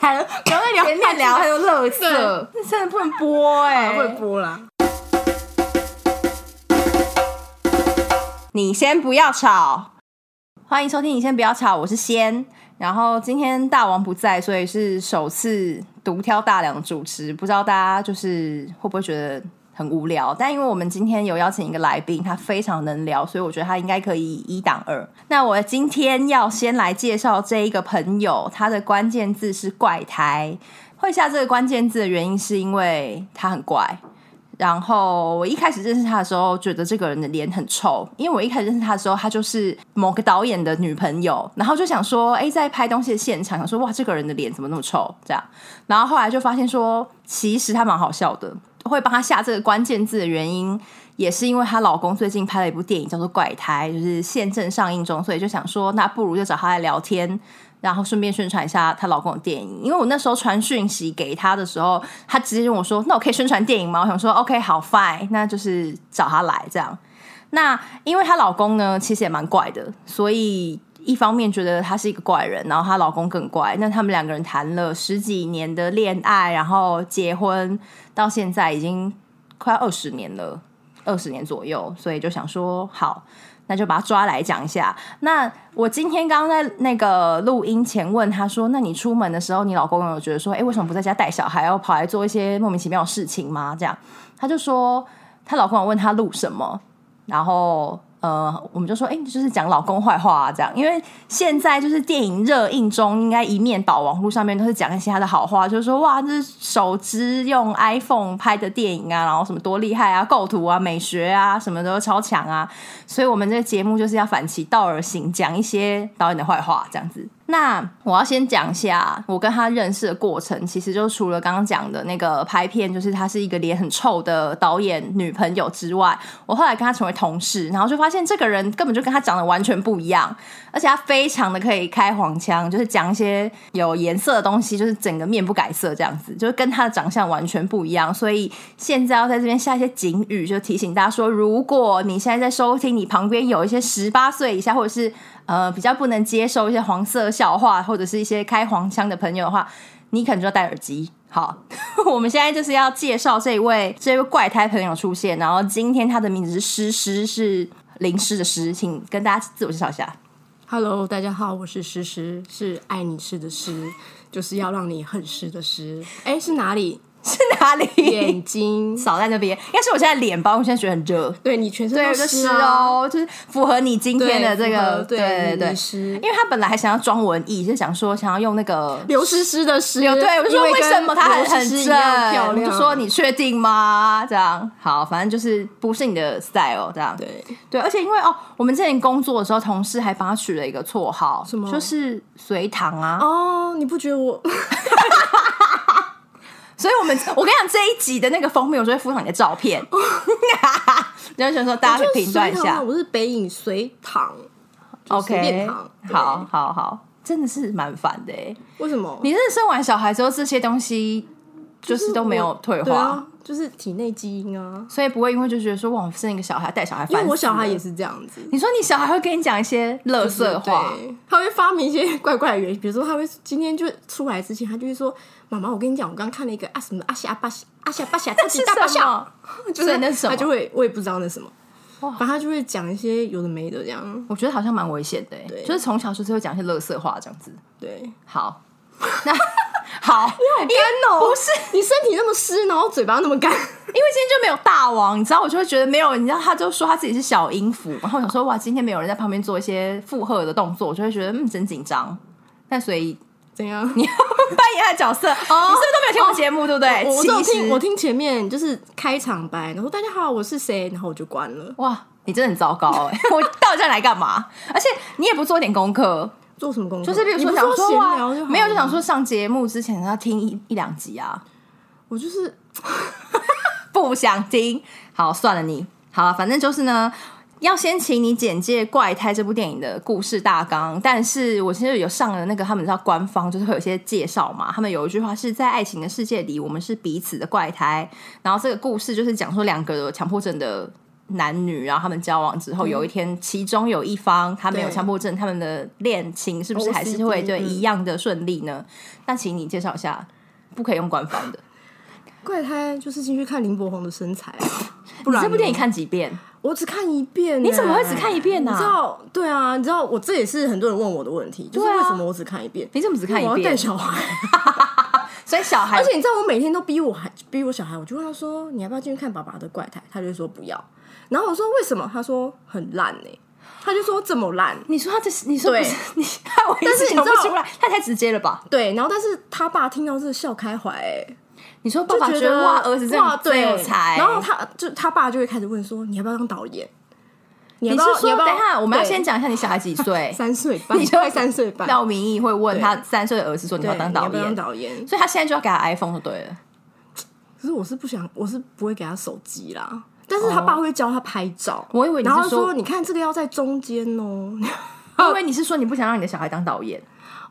还赶快聊， 前面聊还有乐色，那真的不能播哎、会播啦。你先不要吵，欢迎收听。你先不要吵，我是先。然后今天大王不在，所以是首次独挑大梁主持，不知道大家就是会不会觉得很无聊？但因为我们今天有邀请一个来宾，他非常能聊，所以我觉得他应该可以一挡二。那我今天要先来介绍这一个朋友，他的关键字是怪胎。会下这个关键字的原因是因为他很怪，然后我一开始认识他的时候，觉得这个人的脸很臭，因为我一开始认识他的时候，他就是某个导演的女朋友，然后就想说，哎，在拍东西的现场，想说哇，这个人的脸怎么那么臭？这样，然后后来就发现说，其实他蛮好笑的。会帮他下这个关键字的原因，也是因为她老公最近拍了一部电影叫做《怪胎》，就是现正上映中，所以就想说，那不如就找他来聊天，然后顺便宣传一下她老公的电影。因为我那时候传讯息给她的时候，她直接跟我说：“那我可以宣传电影吗？”我想说：“OK，好，fine，那就是找她来这样。”那因为她老公呢，其实也蛮怪的，所以一方面觉得她是一个怪人，然后她老公更怪。那他们两个人谈了十几年的恋爱，然后结婚到现在已经快二十年了，二十年左右，所以就想说好。那就把他抓来讲一下。那我今天刚刚在那个录音前问他说：“那你出门的时候，你老公有觉得说，哎、为什么不在家带小孩，要跑来做一些莫名其妙的事情吗？”这样，他就说她老公有问她录什么，然后呃，我们就说，哎、就是讲老公坏话啊，这样，因为现在就是电影热映中，应该一面倒网络上面都是讲一些他的好话，就是说哇，这是手机用 iPhone 拍的电影啊，然后什么多厉害啊，构图啊，美学啊，什么都超强啊，所以我们这个节目就是要反其道而行，讲一些导演的坏话，这样子。那我要先讲一下我跟他认识的过程，其实就除了刚刚讲的那个拍片，就是他是一个脸很臭的导演女朋友之外，我后来跟他成为同事，然后就发现这个人根本就跟他长得完全不一样，而且他非常的可以开黄腔，就是讲一些有颜色的东西，就是整个面不改色这样子，就是跟他的长相完全不一样。所以现在要在这边下一些警语，就提醒大家说，如果你现在在收听，你旁边有一些十八岁以下或者是呃比较不能接受一些黄色笑话或者是一些开黄腔的朋友的话，你可能就要戴耳机。好， 我们现在就是要介绍这一位这位怪胎朋友出现，然后今天他的名字是诗诗，是淋湿的湿，请跟大家自我介绍一下。 Hello，大家好，我是诗诗，是爱你吃的诗，就是要让你很湿的湿。哎、是 哪里？是哪里？。眼睛扫在那边，应该是我现在脸吧，我现在觉得很热。对你全身对，都我就湿湿啊，哦，就是符合你今天的这符个，合对对对对你湿因为他本来还想要装文艺，就想说想要用那个刘诗诗的湿。对，我就说因为跟什么他很刘诗很诗一正样漂？亮？就说你确定吗？这样好，反正就是不是你的 style 这样。对，对，而且因为哦，我们之前工作的时候，同事还帮他取了一个绰号，什么就是隋唐啊。哦，你不觉得我？所以我们我跟你讲这一集的那个封面，我就会附上你的照片，然后想说大家可以评断一我就是隋下唐。我是北影隋唐就随 OK，便唐对好好好，真的是蛮烦的哎。为什么？你真的生完小孩之后，这些东西就是都没有退对化，啊，就是体内基因啊。所以不会因为就觉得说哇，我生一个小孩带小孩烦死因了，为我小孩也是这样子，你说你小孩会跟你讲一些乐色话，对，他会发明一些怪怪的原因，比如说他会今天就出来之前，他就会说：“妈妈，我跟你讲，我刚看了一个啊什么啊西啊巴西啊西啊巴西啊大是吉大巴西什啊，么？就对是那是什么他就会我也不知道那是什么，哇反正他就会讲一些有的没的这样，我觉得好像蛮危险的欸，对就是从小就是会讲一些乐色话这样子。对。好，那好，因为不是，你身体那么湿，然后嘴巴那么干，因为今天就没有大王，你知道，我就会觉得没有，你知道，他就说他自己是小音符，然后我想说哇，今天没有人在旁边做一些附和的动作，我就会觉得嗯，真紧张。但所以怎样？你要扮演他的角色， 你是不是都没有听我节目，对不对？我我只有哦其实听我听前面就是开场白，然后大家好，我是谁，然后我就关了。哇，你真的很糟糕哎！ 我到底这来干嘛？而且你也不做点功课，做什么工作？就是比如你不想说闲哇聊就好没有就了想说上节目之前要听一一两集啊，我就是不想听。好，算了你，好、反正就是呢。要先请你简介《怪胎》这部电影的故事大纲，但是我现在有上了那个他们知道官方就是会有一些介绍嘛，他们有一句话是在爱情的世界里，我们是彼此的怪胎。然后这个故事就是讲说两个有强迫症的男女，啊然后他们交往之后，有一天其中有一方他没有嗯对强迫症，他们的恋情是不是还是 OCD 会对嗯一样的顺利呢？那请你介绍一下，不可以用官方的。怪胎就是进去看林柏宏的身材啊、不你然这部电影呢看几遍？我只看一遍、欸你怎么会只看一遍呢你知道，对啊，你知道我这也是很多人问我的问题，就是对啊为什么我只看一遍？你怎么只看一我要带遍？哎小孩，所以小孩，而且你知道，我每天都逼我孩，逼我小孩，我就问他说：“你要不要进去看爸爸的怪胎？”他就说不要。然后我说：“为什么？”他说：“很烂呢、他就说：“这么烂。你说他这是，你说不对是你， 害我一但是直你讲不知道出来，太太直接了吧？”对，然后但是他爸听到是笑开怀、欸，你说爸就爸觉觉得哇，儿子真哇的真对有才。然后他就他爸就会开始问说：“你要不要当导演？”你要你不是要你说，要不等要一下我们要对？先讲一下你小孩几岁 三岁半，你就快三岁半，廖明义会问对他三岁的儿子说：“你对要当你导不要演当？”导演。所以他现在就要给他 iPhone 就对了。可是我是不想，我是不会给他手机啦。但是他爸会教他拍照，哦我以为你然后是说你看这个要在中间哦， 因为你是说你不想让你的小孩当导演，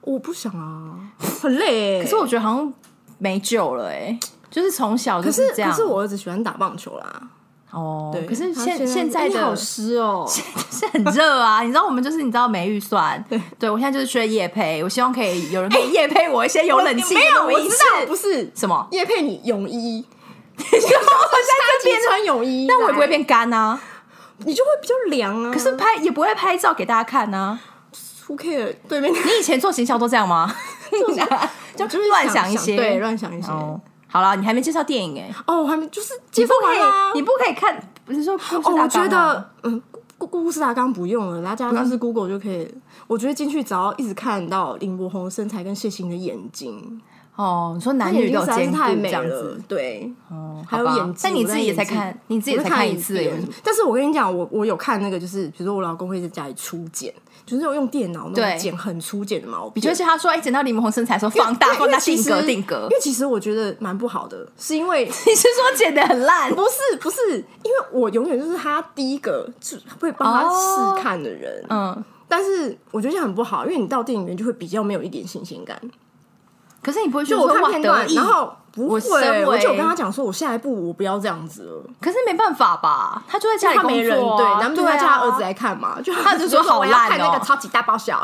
我不想啊，很累欸、可是我觉得好像没救了哎、就是从小就可是这样。可是我儿子喜欢打棒球啦，哦，对，可是他现现在哎你好的湿 哦，是很热啊，你知道我们就是你知道没预算，对我现在就是缺夜配，我希望可以有人可以夜配我一些有冷气没的有，录哎我音知室。道不是什么？叶配你泳衣，你说我现在他就变边嗯穿泳衣，但我也不会，变干啊，你就会比较凉啊。可是拍也不会拍照给大家看啊。 who care 对面你以前做行销都这样吗？ 就就是乱想一些，对，乱想一些。哦。好了，你还没介绍电影哎、哦，我还没就是你介不绍可完啦以，。你不可以看，不是说故事哦，我大纲觉吗嗯得，嗯，故故事大纲不用了，大家就是 Google 就可以了。我觉得进去只要一直看到林柏宏的身材跟谢欣的眼睛，哦，你说男眼女睛都实有在是兼顾太这美样了子，，对，哦，还有好吧演技。但你我自在己也才演技看，你自己我也在才看一次而遍已，但是我跟你讲，我我有看那个，就是比如说我老公会在家里初剪，就是用电脑那对种剪很粗剪的毛你病。就是他说，哎，剪到林柏宏身材的时候放大，对放因大为其定实格定格因，为其实我觉得蛮不好的，是 因为你是说剪的很烂？不是不是，因为我永远就是他第一个是会帮哦他试看的人，嗯，但是我觉得这样很不好，因为你到电影院就会比较没有一点新鲜感。可是你不会觉就得我说看哇片得段，意，然后不我身为会，我就有跟他讲说，我下一步我不要这样子了，可是没办法吧，他就在家里他工没人作对，啊，咱们就在叫他啊儿子，来看嘛，就他就说好我要烂看那哦个超级大包小，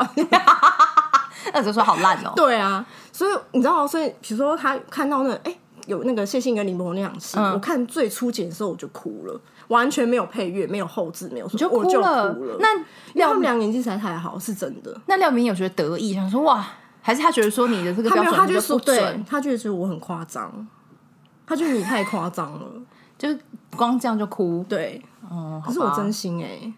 儿子说好烂哦， 对啊，所以你知道，所以比如说他看到那哎。有那个谢欣跟林柏宏那场戏，嗯我看最初剪的时候我就哭了，完全没有配乐，没有后置，没有什么，你就我哭就了哭了。。那因为他廖们俩演技实在太好，是真的。那廖明有觉得得意，想说哇，还是他觉得说你的这个他标没有，他准就就是不说，准对，，他就觉得我很夸张，他觉得你太夸张了。就是光这样就哭。对，哦，可是我好吧真心哎、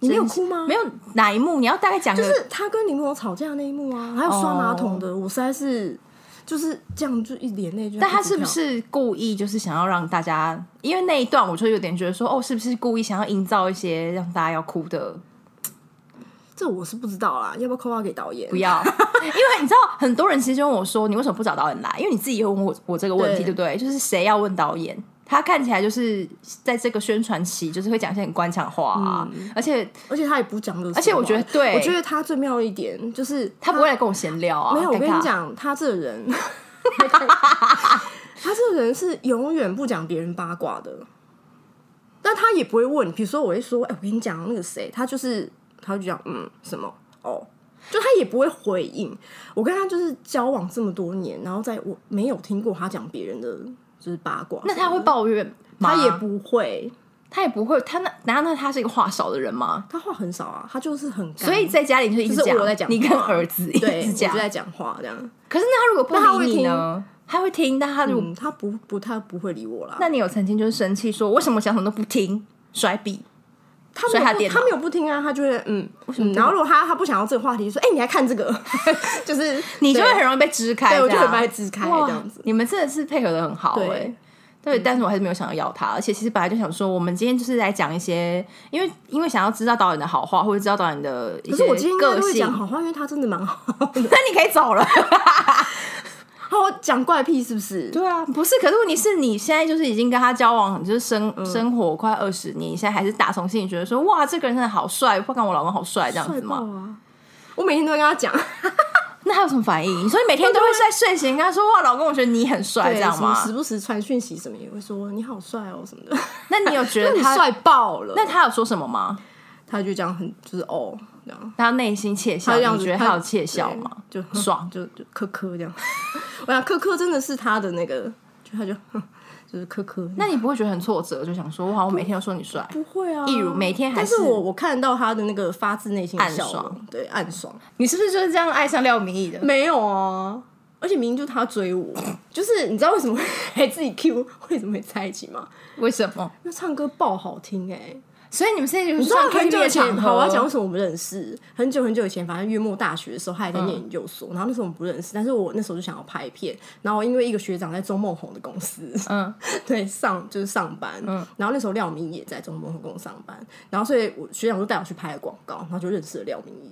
你没有哭吗？没呃有，有哪一幕，你要大概讲个就是他跟林柏吵架那一幕啊，还有刷马桶的，我实在是就是这样，就一眼泪就。哦但他是不？是故意就是想要让大家？因为那一段我就有点觉得说，哦，是不是故意想要营造一些让大家要哭的？这我是不知道啦，要不要扣话给导演？不 要，因为你知道很多人其实就问我说，你为什么不找导演来？因为你自己也问我我这个问题，对对不对？就是谁要问导演？他看起来就是在这个宣传期，就是会讲一些很官腔话啊，而且而且他也不讲这个实话，而且我觉得对我觉得他最妙的一点就是他不会来跟我闲聊啊。没有，我尴跟尬你，讲，他这个人， 他这个人是永远不讲别人八卦的，但他也不会问。比如说，我会说，哎、我跟你讲，那个谁，他就是，他就讲，嗯，什么，哦。就他也不会回应，我跟他就是交往这么多年，然后在我没有听过他讲别人的就是八卦，那他会，抱怨吗？他也不会，他也不会，他那难道他是一个话少的人吗？他话很少啊，他就是很干，所以在家里就一直就是讲，我在讲话你跟儿 子一对，直我就讲，在讲话这样，可是那他如果那他不会理你听呢？他会听，但他如果、嗯，他不不太不会理我啦。那你有曾经就是生气说为什么想什么都不听，甩笔？他所以他电没有不脑他没有不听啊，他就会嗯，嗯然后如果他他不想要这个话题，就说哎、你还看 这个，就是你就会对很容易被支开，对我就这样很把你支开哇这样子。你们真的是配合的很好、欸，对。嗯对，但是我还是没有想要要他，而且其实本来就想说，我们今天就是来讲一些，因为因为想要知道导演的好话，或者知道导演的一可是些我今天应该个都会性讲，好话，因为他真的 蛮好。 那你可以走了。 好，我讲怪癖是不是？对啊，不是，可是问题是你现在就是已经跟他交往，就是生、嗯生活快二十年，你现在还是打从心里觉得说，哇，这个人真的好帅，不看我老公好帅这样帅子爆吗？啊！我每天都会跟他讲，那他有什么反应？所以每天都会在睡醒跟他说：“哇，老公，我觉得你很帅。” 对，这样什么吗时？不时传讯息什么也会说你好帅哦什么的，那你有觉 那得你他？帅爆了。那他有说什么吗？他就这样很就是哦这样，他内心窃笑，他这样你子觉得他他有窃笑吗？对 就爽就就科科这样。我想科科真的是他的那个，就他就哼就是科科。那你不会觉得很挫折？就想说：“哇，我每天都说你帅。不会啊，一如每天还但是是我我看到他的那个发自内心的暗笑爽容，对暗爽。”你是不是就是这样爱上廖明义的？没有啊，而且明明就他追我，就是你知道为什么 还自己 Q，为什么会在一起吗？为什么？因为唱歌爆好听哎、所以你们现在就是你知道上 KTV 很久以的前，场合哦好，我要讲为什么我们认识。很久很久以前，反正月末大学的时候，他还嗯在念研究所，然后那时候我们不认识，但是我那时候就想要拍片，然后因为一个学长在钟梦红的公司，嗯， 对上就是上班，然后那时候廖明也在钟梦红公司上班，然后所以我学长就带我去拍了广告，然后就认识了廖明义。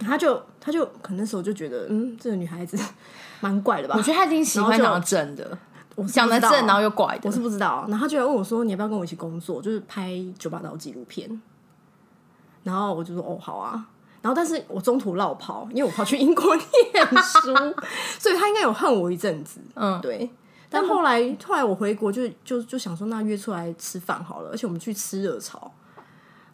他就他就可能那时候就觉得，嗯，这个女孩子 蛮怪的吧我？觉得他一定喜欢然后就讲正的，我是讲不的知道啊正，然后又拐的我是。不知道。然后他居然问我说：“你要不要跟我一起工作？就是拍九把刀纪录片。”然后我就说：“哦，好啊。”然后但是我中途落跑，因为我跑去英国 念书，所以他应该有恨我一阵子。嗯，对。但后来后来我回国就就就想说，那约出来吃饭好了，而且我们去吃热炒。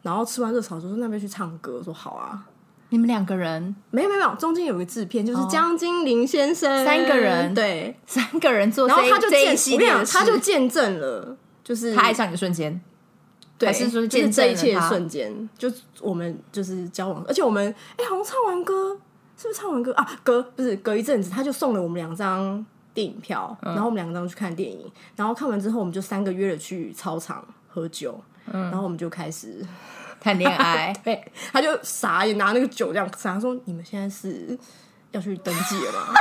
然后吃完热炒就说那边去唱歌，我说好啊。你们两个人，没有没有没有，中间有一个制片，就是江金林先生，哦三个人对，三个人做这然一，后他就这见，一系我跟你列讲，的事，他就见证了，就是他爱上你的瞬间，对，还是说就是见这证了一切的他瞬间，就我们就是交往，而且我们哎、好像唱完歌，是不是唱完歌啊？隔不是隔一阵子，他就送了我们两张电影票，嗯然后我们两张去看电影，然后看完之后，我们就三个约了去操场喝酒。嗯然后我们就开 始，。谈恋爱对，他就傻眼，拿那个酒这样傻，他说：“你们现在是要去登记了吗？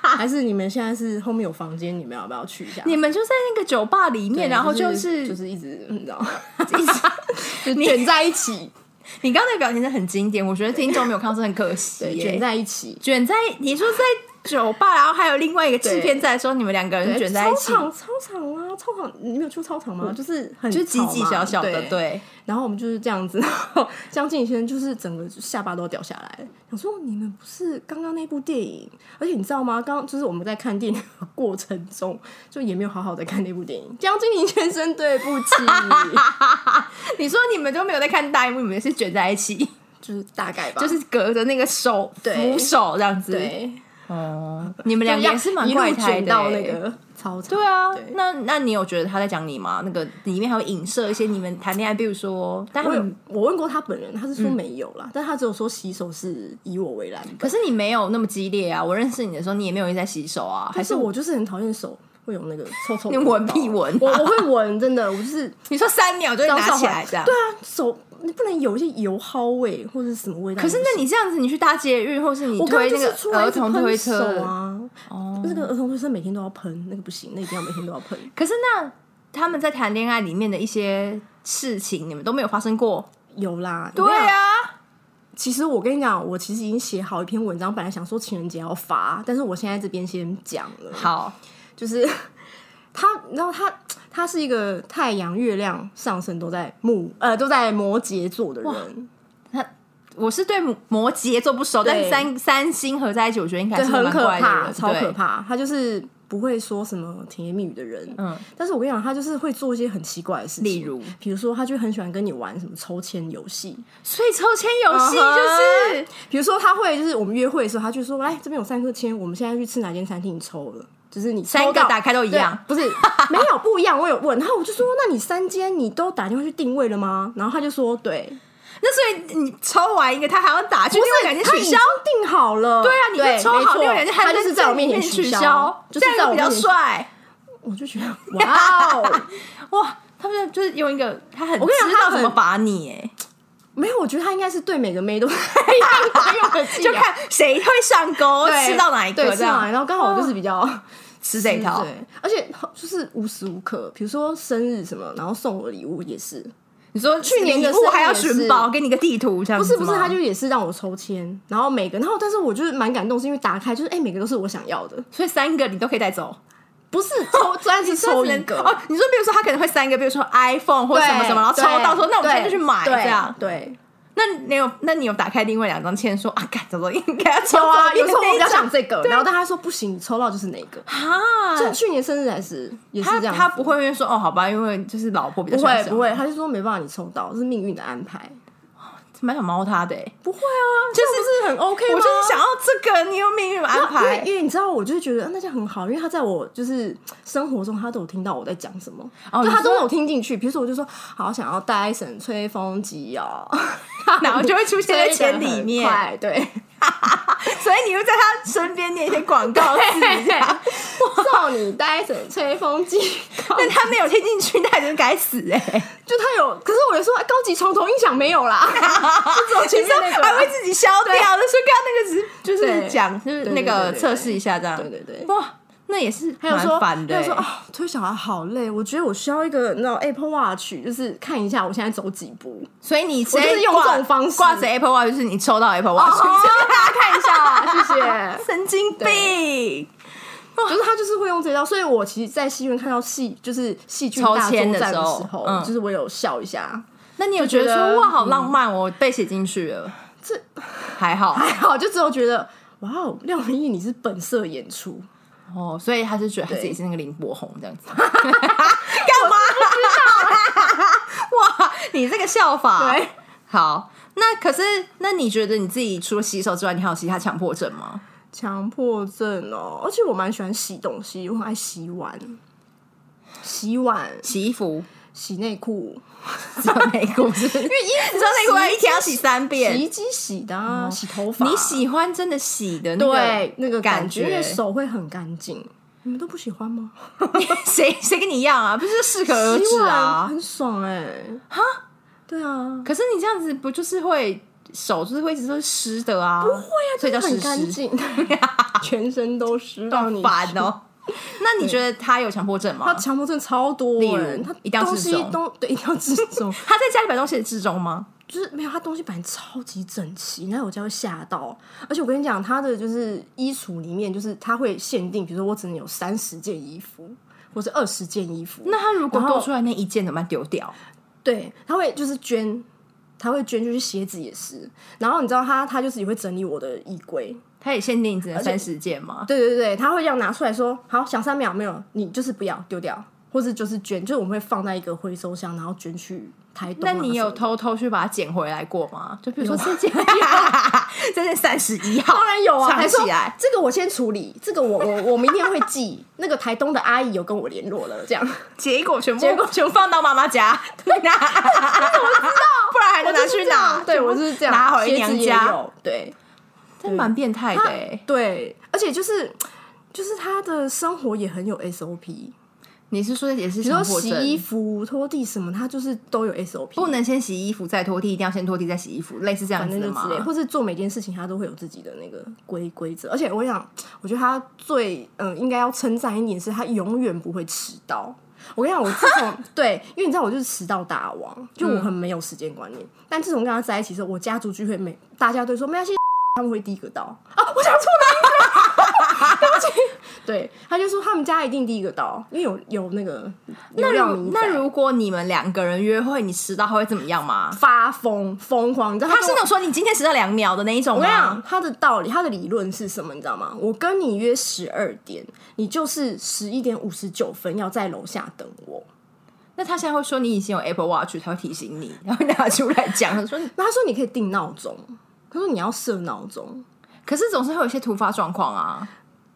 还是你们现在是后面有房间，你们要不要去一下？” 你们就在那个酒吧里面，然后就就是就是一直你知道， 一直 就卷在一起， 你刚才的表情真的很经典，我觉得听众没有看到是很可惜对，耶。卷在一起，卷在，你说在酒吧，然后还有另外一个制片在说你们两个人对卷在一起嗯操，场操场啊，操场，你没有去过操场吗？就是很就挤挤挤小小的，。对。然后我们就是这样子，然后 江静轩就是整个下巴都要掉下来了，想说你们不是刚刚那部电影，而且你知道吗？刚就是我们在看电影的过程中，就也没有好好的看那部电影。江静林先生，对不 起，你说你们都没有在看大荧幕，你们是卷在一 起，就是大概吧，就是隔着那个手对扶手这样子。对，哦，你们两个也是蛮一怪路胎卷的到欸那。个操场，对啊对，那那你有觉得他在讲你吗？那个里面还会影射一些你们谈恋爱，比如说，但他我有们我问过他本人，他是嗯说没有啦，但他只有说洗手是以我为蓝可本。是你没有那么激烈啊。我认识你的时候，你也没有一直在洗手啊，还还是是我我就是很讨厌手会有那个臭臭的味道。你闻屁闻啊我我会闻，真的，我就是你说三秒就会刚拿上起完来这样对。啊，手你不能有一些油耗味或者是什么味道。可是那你你这样子，你去大捷运，或是你不嗯行我刚推刚就那是个出来儿一直童喷推哦手车，啊，那个儿童推车每天都要喷，那个不行，那一定要每天都要喷。可是那他们在谈恋爱里面的一些事情，你们都没有发生过。有啦，对呀。啊，其实我跟你讲，我其实已经写好一篇文章，本来想说情人节要发，但是我现在这边先讲了。好，就是 他，然后他他是一个太阳、月亮上升都在木呃都在摩羯座的人，我是对摩摩羯座不熟，对但是三三星合在一起，我觉得应该对，是个很蛮可怪的怕，人，超可对。怕。他就是不会说什么甜言蜜语的人，嗯，但是我跟你讲，他就是会做一些很奇怪的事情，例如比如说他就很喜欢跟你玩什么抽签游戏，所以抽签游嗯戏就是比如说他会就是我们约会的时候，他就说来这边有三颗签，我们现在去吃哪间餐厅，你抽了。就是你抽三个到打开都一样，对不是没有不一样。我有问，然后我就说，那你三间你都打电话去定位了吗？然后他就说，对，那所以你抽完一个，他还要打去不另是外两间取消。他已经定好了。对啊，你就抽好没错另外两间，他还就是在我面前取消，就是这在样我比面较前。帅。我就觉得哇哦，哇，他们就是用一个他很我跟你讲知道他怎很么把你哎。 没有，我觉得他应该是对每个妹都 很有很就看谁会上钩，对吃到哪一啊对个吃这到样哪嗯一个，然后刚好我就是比较吃这一套。对，而且就是无时无刻，比如说生日什么，然后送我礼物也是，你说去年的礼物还要生日也是寻宝，给你个地图这样不子是吗不是，他就也是让我抽签，然后每个，然后但是我就是蛮感动，是因为打开就是哎、每个都是我想要的，所以三个你都可以带走。不是 抽，专是抽所以一只个能哦，你说比如说他可能会三个，比如说 iPhone 或对什么什么，然后抽到说对那我们现在就去买对这样。对，那你有那你有打开另外两张签说啊，干怎么应该抽有啊，有时候我那一比较张想这个，然后但他说不行，你抽到就是哪个。啊，就去年生日还是也是他这样子，他不会因为说哦，好吧，因为就是老婆比较不喜欢会这样不会，，他就说没办法，你抽到是命运的安排。蛮想猫他的、欸。不会啊，就是是很 OK 我吗就是想要这个，你有命运安因为排因为你知道，我就是觉得、啊、那这样很好，因为他在我就是生活中，他都有听到我在讲什么，哦你就他都说有听进去。比如说，我就说好想要戴森吹风机哦， 然后就会出现在钱里面吹得很快 对， 所以你又在他身边念一些广告词，这样送你戴森吹风 机。但他没有听进去，那人该死哎、欸！就他有，可是我就说、哎高级床头音响没有 啦，就只有前你面说那个还啦会。自己消掉，那说刚刚那个只是就是对讲，就是对那对个对对测试一下这样。对对对哇，那也是还有蛮说，烦的、还有说欸。啊、推小孩好累，我觉得我需要一个那种 Apple Watch，就是看一下我现在走几步。 所以你直我就接是用挂这种方式挂着 Apple Watch，就是你抽到 Apple Watch，、 大家看一啊下，谢谢。哦神经病。就是他就是会用这招，所以我其实，在戏院看到戏就是戏剧大抽作签战的的时时候候，嗯就是我有笑一下， 那你有觉就得嗯觉得说哇，好浪漫，我被写进去了，这还好还好，就只有觉得哇哦，廖文毅你是本色演出，哦，所以他是觉得他对自己是那个林柏宏这样 子，干嘛？ 哇，你这个笑法，对，好。那可是，那你觉得你自己除了洗手之外，你还有其他强迫症吗？强迫症哦，而且我蛮喜欢洗东西，我很爱洗碗。洗碗、洗衣 服、洗内裤，洗内裤是 不是？因为衣服、内裤要一天要洗三洗遍，衣机洗的啊、洗头发，你喜欢真的洗的那个对那个感感觉，因为手会很干净。你们都不喜欢吗？谁谁跟你一样啊？不是适可而洗止碗啊？很爽哎、哈，对啊，可是你这样子不就是会手就是会一直都是湿的啊？不会啊，所以叫湿很干湿，净， 全身都湿到好你。烦哦。那你觉得他有强迫症他吗？强迫症超多例如人，他一定要东自西重，都对一定要自重 他在家里摆东西的之中吗？就是没有他东西摆超级整齐，那我就会吓到。而且我跟你讲，他的就是衣橱里面，就是他会限定，比如说我只能有三十件衣服，或是二十件衣服。那他如果然后多出来那一件怎么办？丢掉？对，他会就是捐，他会捐，就是鞋子也是。然后你知道他，他就是也会整理我的衣柜，他也限定只能三十件吗？对对对，他会这样拿出来说，好，想三秒没有，你就是不要丢掉，或是就是捐，就是我们会放在一个回收箱，然后捐去台东啊那什么的。你有偷偷去把它捡回来过吗？就比如说有啊这件， 这件三十一号，当然有啊，还藏说起来。这个我先处理，这个我我我明天会寄。那个台东的阿姨有跟我联络了，这样结果全部结果全部放到妈妈 家，对啊，不然还能拿去哪？对全部我是这样拿回鞋子娘也家，有对真蛮变态的欸。对，而且就是就是他的生活也很有 SOP，你是说也是比如强说迫洗症？衣服、拖地什么，他就是都有 SOP，不能先洗衣服再拖地，一定要先拖地再洗衣服，类似这样反子正的就吗之？类，或是做每件事情他都会有自己的那个规规则。而且我想，我觉得他最嗯、应该要称赞一点是他永远不会迟到。我跟你讲，我自 从对，因为你知道我就是迟到大嗯王，就我很没有时间观念。但自从跟他在一起之后，我家族聚会每大家都说没关系，他们会第一个到啊！我讲错了，对不起。对，他就说他们家一定第一个到，因为有有那个流那量如名那单如果你们两个人约会，你迟到他会怎么样吗？发疯疯狂，你知道他跟是我那种啊说你今天迟到两秒的那一种我跟你讲啊吗？，他的道理，他的理论是什么？你知道吗？我跟你约十二点，你就是十一点五十九分要在楼下等我。那他现在会说你已经有 Apple Watch，他会提醒你，然后拿出来讲， 他说你。那他说你可以定闹钟，他说你要设闹钟，可是总是会有一些突发状况啊。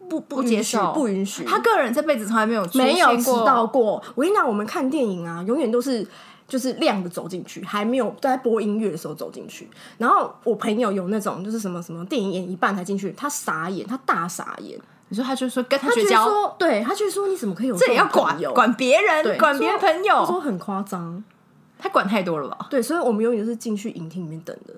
不不不接允许受不允许。他个人这辈子从来嗯没有出没有现迟过到过。我跟你讲，我们看电影啊，永远都是就是亮的走进去，还没有在播音乐的时候走进去。然后我朋友有那种就是什么什么电影演一半才进去，他傻眼，他大傻眼，你说他就说跟他他绝觉得交，说，对他觉得说你怎么可以有这也要种管朋友管别人，对管别人他说朋他说友，很夸张。他管太多了吧？对，所以我们永远都是进去影厅里面等的。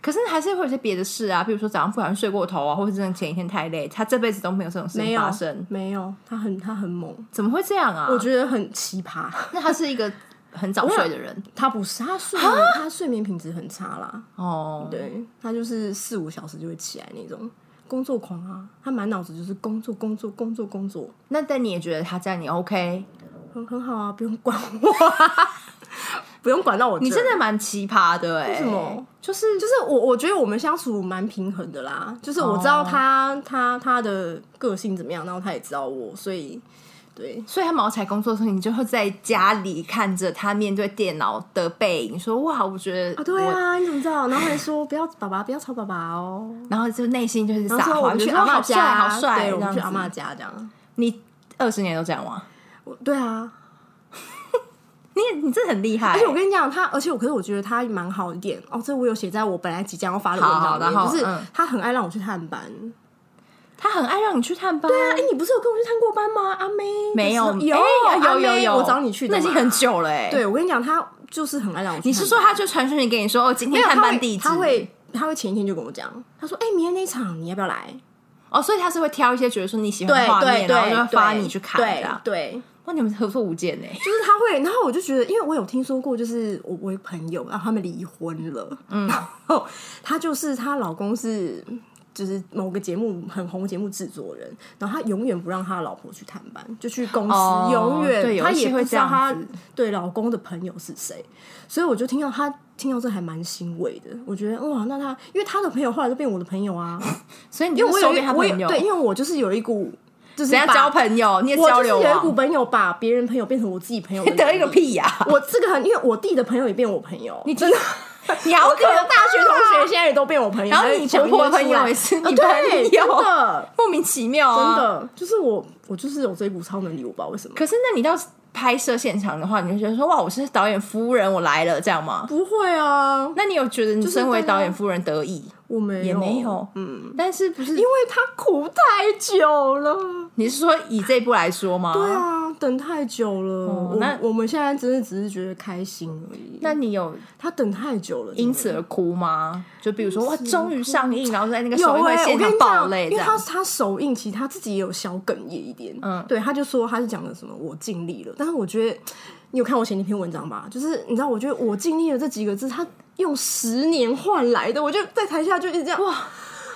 可是还是会有些别的事啊，比如说早上不小心睡过头啊，或者真的前一天太累，他这辈子都没有这种事没情有发生，没有，他很他很猛，怎么会这样啊？我觉得很奇葩。那他是一个很早睡的人他不是，他睡眠啊他睡眠品质很差啦。哦。对他就是四五小时就会起来那种工作狂啊，他满脑子就是工作工作工作工作，那但你也觉得他这样你 OK？很很好 啊，不用管我、啊，不用管到我这儿。你真的蛮奇葩的哎、为什么？就是就是我我觉得我们相处蛮平衡的啦，就是我知道哦他、他他的个性怎么样，然后他也知道我，所以对所以他毛起来工作的时候，你就会在家里看着他面对电脑的背影，说哇，我觉得啊对我，啊，你怎么知道？然后还说不要爸爸不要吵爸爸哦，然后就内心就是然撒后说我花，们就去觉得阿哦妈好帅，家，好帅，啊对，我们去这样阿子妈家这样，啊你二十年都这样吗？我对啊，你你这很厉害、而且我跟你讲，他，而且我，可是我觉得他蛮好一点哦。这我有写在我本来即将要发的文好章里面，然后就是嗯他很爱让我去探班。对他很爱让你去探班，啊，哎、你不是有跟我去探过班吗？阿妹没有就是有、哎阿有妹有有，我找你去的嘛，那已经很久了哎、，对。我跟你讲，他就是很爱让我去。你是说他就传讯息给你说哦，今没天有探他班会地址，他会他会前一天就跟我讲，他说：“哎、明天那一场你要不要来哦，所以他是会挑一些觉得说你喜？”欢对的画对面，然后对，就会发对你去看对的啊。对，哇，你们合作无间呢、欸？就是他会，然后我就觉得，因为我有听说过，就是我我有朋友，然后他们离婚了，嗯， 然后她就是她老公是就是某个节目很红的节目制作人，然后他永远不让他老婆去探班，就去公司，哦永对远有他一些也不会知这道样他子对老公的朋友是谁，所以我就听到他听到这还蛮欣慰的，我觉得哇，那他因为他的朋友后来都变我的朋 友啊，所以你因为就我收有给一他我朋有友，对，因为我就是有一股。就是人家把交朋友，你也我交就是流有一股网，朋友把别人朋友变成我自己朋 友的能 得力一个！屁呀、我这个很，因为我弟的朋友也变我朋友，你真的你好可我的怕！大学同学现在也都变我朋友，然后还你讲婆婆的约出朋友来也是啊你对朋友真的莫名其妙真啊！的，就是我我就是有这一股超能力，我不知道为什么。可是那你到拍摄现场的话，你就觉得说哇，我是导演夫人，我来了这样吗？不会啊，那你有觉得你是身为大家导演夫人得意？我没有也没有嗯，但是不是因为他苦太久了。你是说以这部来说吗？对啊，等太久了。哦我那我们现在真的只是觉得开心而已。那你有他等太久了，因此而哭吗？就比如说哇，终于上映，然后在那个有首映会欸现我跟场你爆讲，泪这因为他样。他首映其实他自己也有小哽咽一点，嗯对，他就说他是讲的什么我尽力了，但是我觉得你有看我前一篇文章吧？就是你知道，我觉得我尽力了这几个字，他用十年换来的，我就在台下就一直这样哇，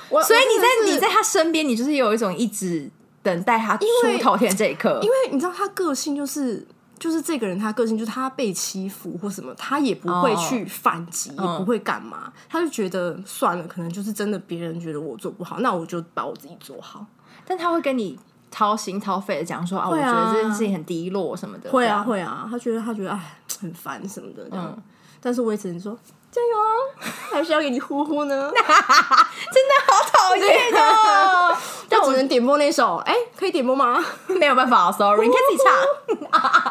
我所以我你在真的是你在他身边，你就是有一种一直等待他出为头天这一刻。因为你知道他个性就是。就是这个人，他个性就是他被欺负或什么，他也不会哦去反击，嗯也不会干嘛，他就觉得算了，可能就是真的别人觉得我做不好，那我就把我自己做好。但他会跟你掏心掏肺的讲说啊，我觉啊得这件事情很低落什么的。会这啊样，会啊，他觉得他觉得哎很烦什么的这嗯样，但是我也只能说加油哦，还是要给你呼呼呢。 讨厌 哦。但我只能点播那首，哎，可以点播吗？没有办法、s o r r y 你可以自己唱。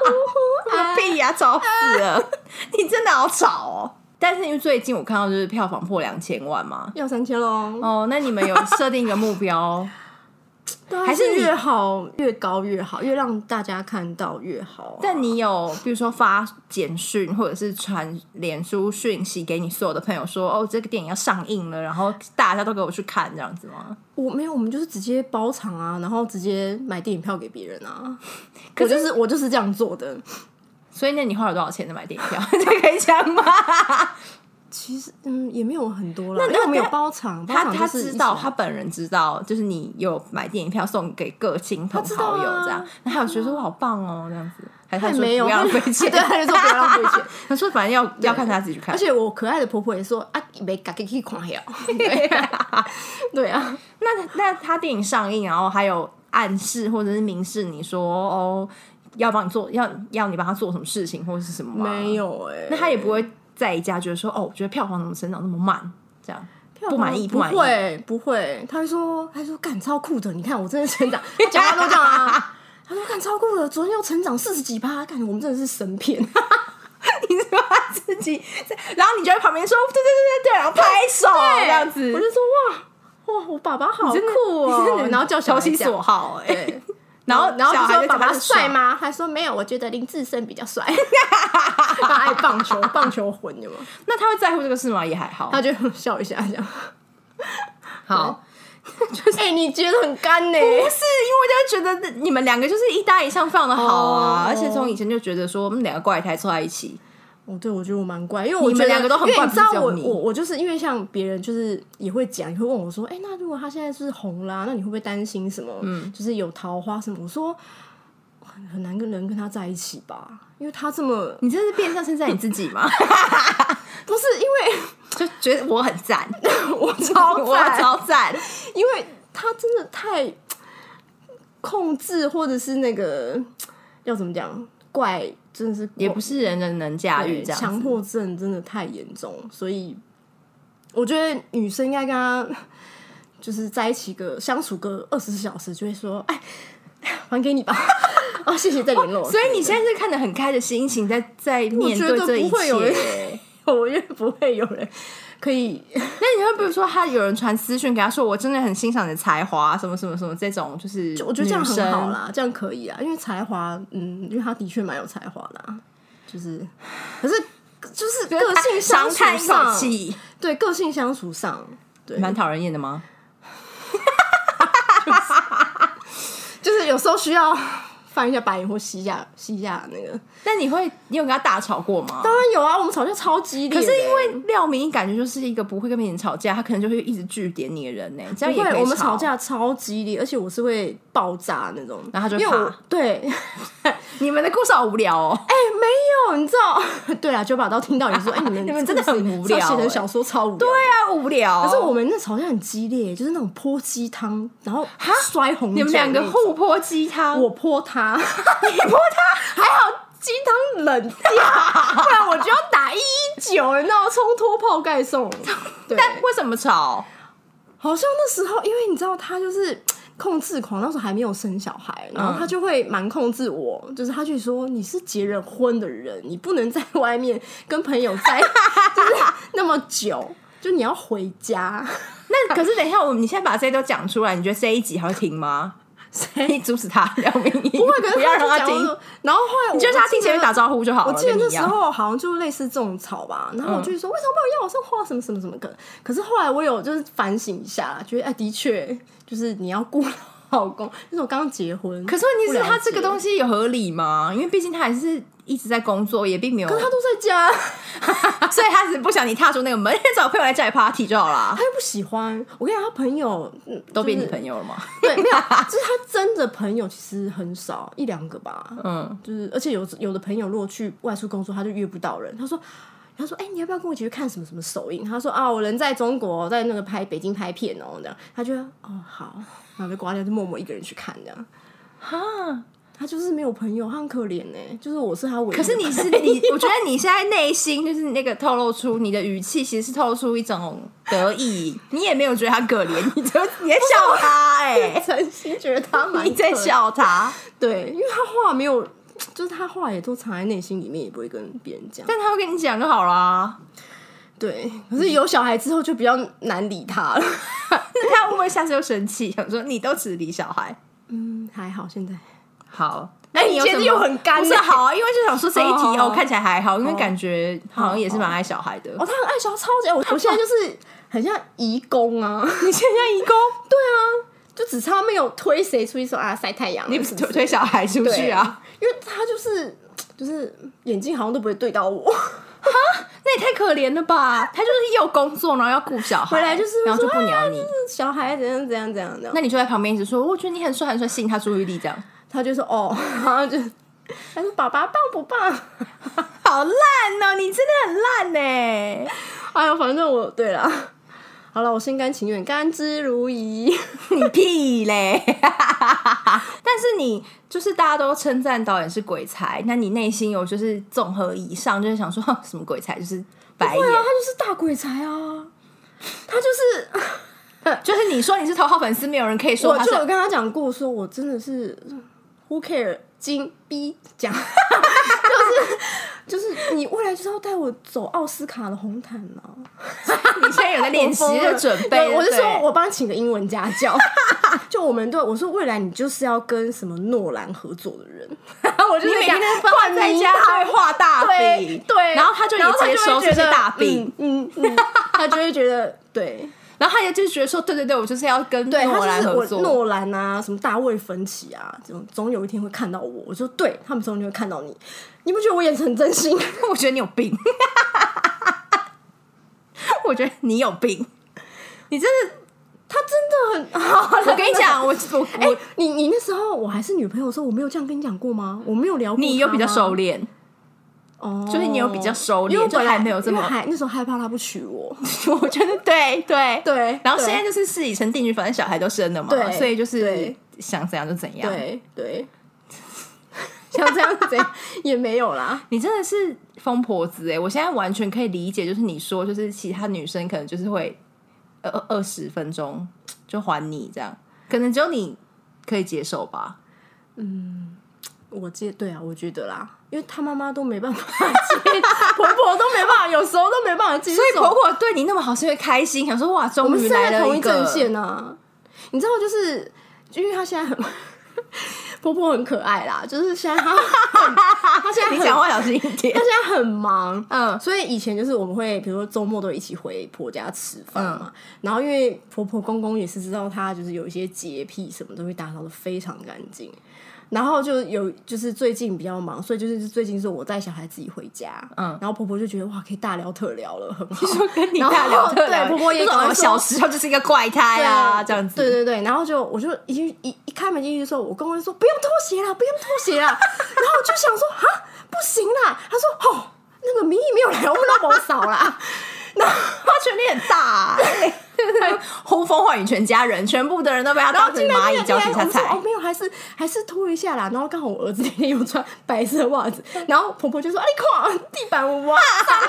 我 屁呀、吵死了！ 你真的好吵哦。但是因为最近我看到就是票房破两千万嘛，要三千喽，哦，那你们有设定一个目 标？当然还是你啊越好越高越好，越让大家看到越好啊。但你有比如说发简讯或者是传脸书讯息给你所有的朋友说，哦，这个电影要上映了，然后大家都给我去看这样子吗？我没有，我们就是直接包场啊，然后直接买电影票给别人 啊。可是我就是我就是这样做的。所以那你花了多少钱在买电影票？ 这可以讲吗？其实嗯，也没有很多啦，那因为我们有他包场，包他场他就是知一道，起他本人知道，就是你有买电影票送给各亲朋知道好啊友这样，那、还有觉得说我好棒哦这样子，还是他他也说没有不要浪费钱， 对，他就说不要浪费钱。 他说反正要要看他自己去看而，且我可爱的婆婆也说啊，没嘎给去看呀。 对啊， 那那他电影上映，然后还有暗示或者是明示你说哦，要帮你做要要你帮他做什么事情或者是什么吗？没，有哎、那他也不会在意家觉得说哦，我觉得票房怎么成长那么慢这样。不满意，啊不满意，会不会，他会说，他说干超酷的，你看我真的成长， 他讲话都这样啊。他说干超酷的，昨天又成长四十几趴，感觉我们真的是神 片。你是把自己，然后你就在旁边说对对对对对，然后拍手这样子，我就说哇哇，我爸爸好真的酷哦、 你真的然后叫小投孩其这样所好哎、对，然后然后小就孩说就爸爸讲他帅爽？吗？他说没有，我觉得林志胜比较 帅。他爱棒 球，棒球魂有吗？那他会在乎这个事吗？也还好。他就笑一下这 样。好，哎、你觉得很干呢、欸不是因为就觉得你们两个就是一搭一唱放的好啊，哦而且从以前就觉得说我们两个怪胎凑在一起，哦，对，我觉得我蛮怪，因为我你们觉得两个都很怪因为你知不是只道有我你我我就是因为像别人就是也会讲，也会问我说，哎、那如果他现在是红啦，那你会不会担心什么？嗯，就是有桃花什么？我说很很难跟人跟他在一起吧，因为他这么你这是变相称赞你自己吗？不是因为就觉得我很赞， 我超我赞，超赞。因为他真的太控制，或者是那个要怎么讲，怪真的是也不是人人能驾驭对这样强子。迫症真的太严重，所以我觉得女生应该跟他 就是在一起个相处个二十四小时，就会说，哎，还给你吧， 哦，谢谢再联络。 所以你现在是看得很开的心情在，在面觉对得这一不会切。有人 我觉得不会有人可以，那你会不会说，他有人传私讯给他说，我真的很欣赏你的才华，啊什么什么什么这种，就是我觉得这样很好女生。啦，这样可以啊，因为才华，嗯，因为他的确蛮有才华的、啊，就是，可是就是觉得个他性相长叹处一口上，气，对个性相处上，对，蛮讨人厌的吗？就是有时候需要翻一下白眼或吸一下吸一下那个。那你会，你有跟他大吵过吗？当然有啊，我们吵架超激烈的可欸。是因为廖明感觉就是一个不会跟别人吵架，他可能就会一直据点你的人呢、这样也不可以会，我们吵，架超激烈，而且我是会爆炸那种。然后他就因为我怕对， 哎、你们的故事好无聊哦。没有，你知道， 对啊，九把刀听到你 说，哎、你们你们真的很无聊欸写成小说超无聊。对对啊，无聊。可是我们那吵架很激烈，就是那种泼鸡汤，然后摔红酒你们两个那种互泼鸡汤，我泼他， 你泼他，还好鸡汤冷掉， 不然我就要打一一九，你知道吗冲脱泡盖送。 对，但为什么吵？好像那时候，因为你知道他就是。控制狂，那时候还没有生小孩，然后他就会蛮控制我，就是他就说你是结了婚的人，你不能在外面跟朋友 在就是那么久，就你要回家。那可是等一下，我你现在把这些都讲出来，你觉得这一集他会听吗？谁 阻止他？廖明义， 不会，可是不要让他他就听讲，说然后后来我你就是他听前面打招呼就好了。我记得跟那你一时样，嗯候好像就类似这种吵吧，然后我就说、为什么没有要我上画什么什么什么梗？可是后来我有就是反省一下啦，觉得哎，的确就是你要顾老公，那时候刚结婚，可是问题是，他这个东西，西有合理吗？因为毕竟他还是一直在工作，也并没有，可是他都在家， 所以他只是不想你踏出那个门，找朋友来家里 party 就好啦他。又不喜欢。我跟你讲，他朋友、嗯、都变就你是朋友了吗？ 对，没有，就是他真的朋友其实很少，一两个吧。嗯，就是而且有有的朋友如果去外出工作，他就约不到人。他说，他说，哎、你要不要跟我一起去看什么什么首映？他说啊，我人在中国，在那个拍北京拍片哦、这样。他就哦好，然后就挂掉，就默默一个人去看这样。哈。他就是没有朋友，他很可怜呢、就是我是他唯一的可是你是你，我觉得你现在内心就是那个透露出你的语气，其实是透露出一种得意，你也没有觉得他可怜，你就你在笑他哎、朋友真心觉得他蛮 你在可怜笑他， 对，因为他话没有，就是他话也都藏在内心里面，也不会跟别人 讲。但他会跟你讲就好啦。对，可是有小孩之后就比较难理他了。 那他会不会下次又生气，想说你都只理小孩？嗯，还好现在。好，哎那你有你什么今天又很干不是欸好啊？因为就想说这一题哦哦，看起来还好，因为感觉好像也是蛮爱小孩的。哦，他很爱小孩，超级爱我。我现在就是很像移工 啊，你现在义工，就只差没有推谁出去说啊晒太阳啊 什你么不什是么，推推小孩出去啊？因为他就是就是眼睛好像都不会对到我，那也太可怜了吧！他就是又工作，然后要顾小孩，回来就是会然后就说啊不鸟你。小孩怎样怎样怎样怎样，那你就在旁边一直说，我觉得你很帅很帅，吸引他注意力，这样他就说哦， 然后就他说爸爸棒不棒？好烂哦！你真的很烂欸呢。哎呦，反正我对了，好了，我心甘情愿，甘之如饴。你屁嘞！ 但是你就是大家都称赞导演是鬼才，那你内心有就是综合以上，就是想说什么鬼才，就是白眼对，啊，他就是大鬼才啊，他就是。就是你说你是头号粉丝，没有人可以说啊我他就是有跟他讲过，说我真的是 who care 金逼 讲，就是就是你未来就是要带我走奥斯卡的红毯嘛，你现在有在练习我疯了在准备，对 我是对说我帮你请个英文家教， 就我们对我说未来你就是要跟什么诺兰合作的人，我就你是每讲天都放在家冠他名会画大对饼，对，然后他就也然后他接就收会这觉些得大饼，，嗯嗯，嗯 他就会觉得对。然后他也就是觉得说，对对对，我就是要跟对，诺他兰就合是我作，诺兰啊，什么大卫芬奇啊，这种总有一天会看到我。我说对，他们总有一天会看到你。你不觉得我眼神很真心？ 我觉得你有病，我觉得你有病，你真的。他真的很好。 我跟你讲，我我哎、我你你那时候我还是女朋友的时候，我没有这样跟你讲过吗？我没有聊过。你又比较收，敛，哦，就是你有比较收敛因为我就本来还没有这么因为还那时候害怕他不娶 我， 我觉得对对对然后现对在就是事已成定局，反正小孩都生了嘛，对所以就是对想怎样就怎样。对对， 像这样子也没有啦，你真的是疯婆子哎、我现在完全可以理解，就是你说就是其他女生可能就是会呃二二十分钟就还你这样，可能只有你可以接受吧。我接对啊，我觉得啦，因为他妈妈都没办法 接，婆婆都没办法，有时候都没办法接受，所以婆婆对你那么好，是因为开心，想说哇，我终们于是来在了同一一阵个。线啊。你知道，就是因为她现在很 婆婆很可爱啦，就是现在她 很她现在啊你很讲话小心一点她。 现在很忙，嗯所以以前就是我们会，比如说周末都一起回婆家吃饭嗯嘛。然后因为婆婆公公也是知道她就是有一些洁癖，什么都会打扫的非常干净。然后就有就是最近比较忙，所以就是最近是我带小孩自己回家，嗯然后婆婆就觉得哇可以大聊特聊了，很好。就跟你然后大聊特聊，对婆婆也就是赶快哦说小时候就是一个怪胎对啊，这样子。对对对，然后就我就一进一一开门进去的时候，我公公就说不用拖鞋啦，不用拖鞋啦。 然后我就想说啊，不行啦。他说哦，那个民意没有来，我们都没扫啦。 然后他权力很大、 欸，呼风唤雨，全家人全部的人都被他然后当成进来蚂蚁进脚来底下进来我们说踩哦，。没有，还是还是拖一下啦。然后刚好我儿子那天有穿白色袜子， 然后婆婆就说啊，你看地板有哇，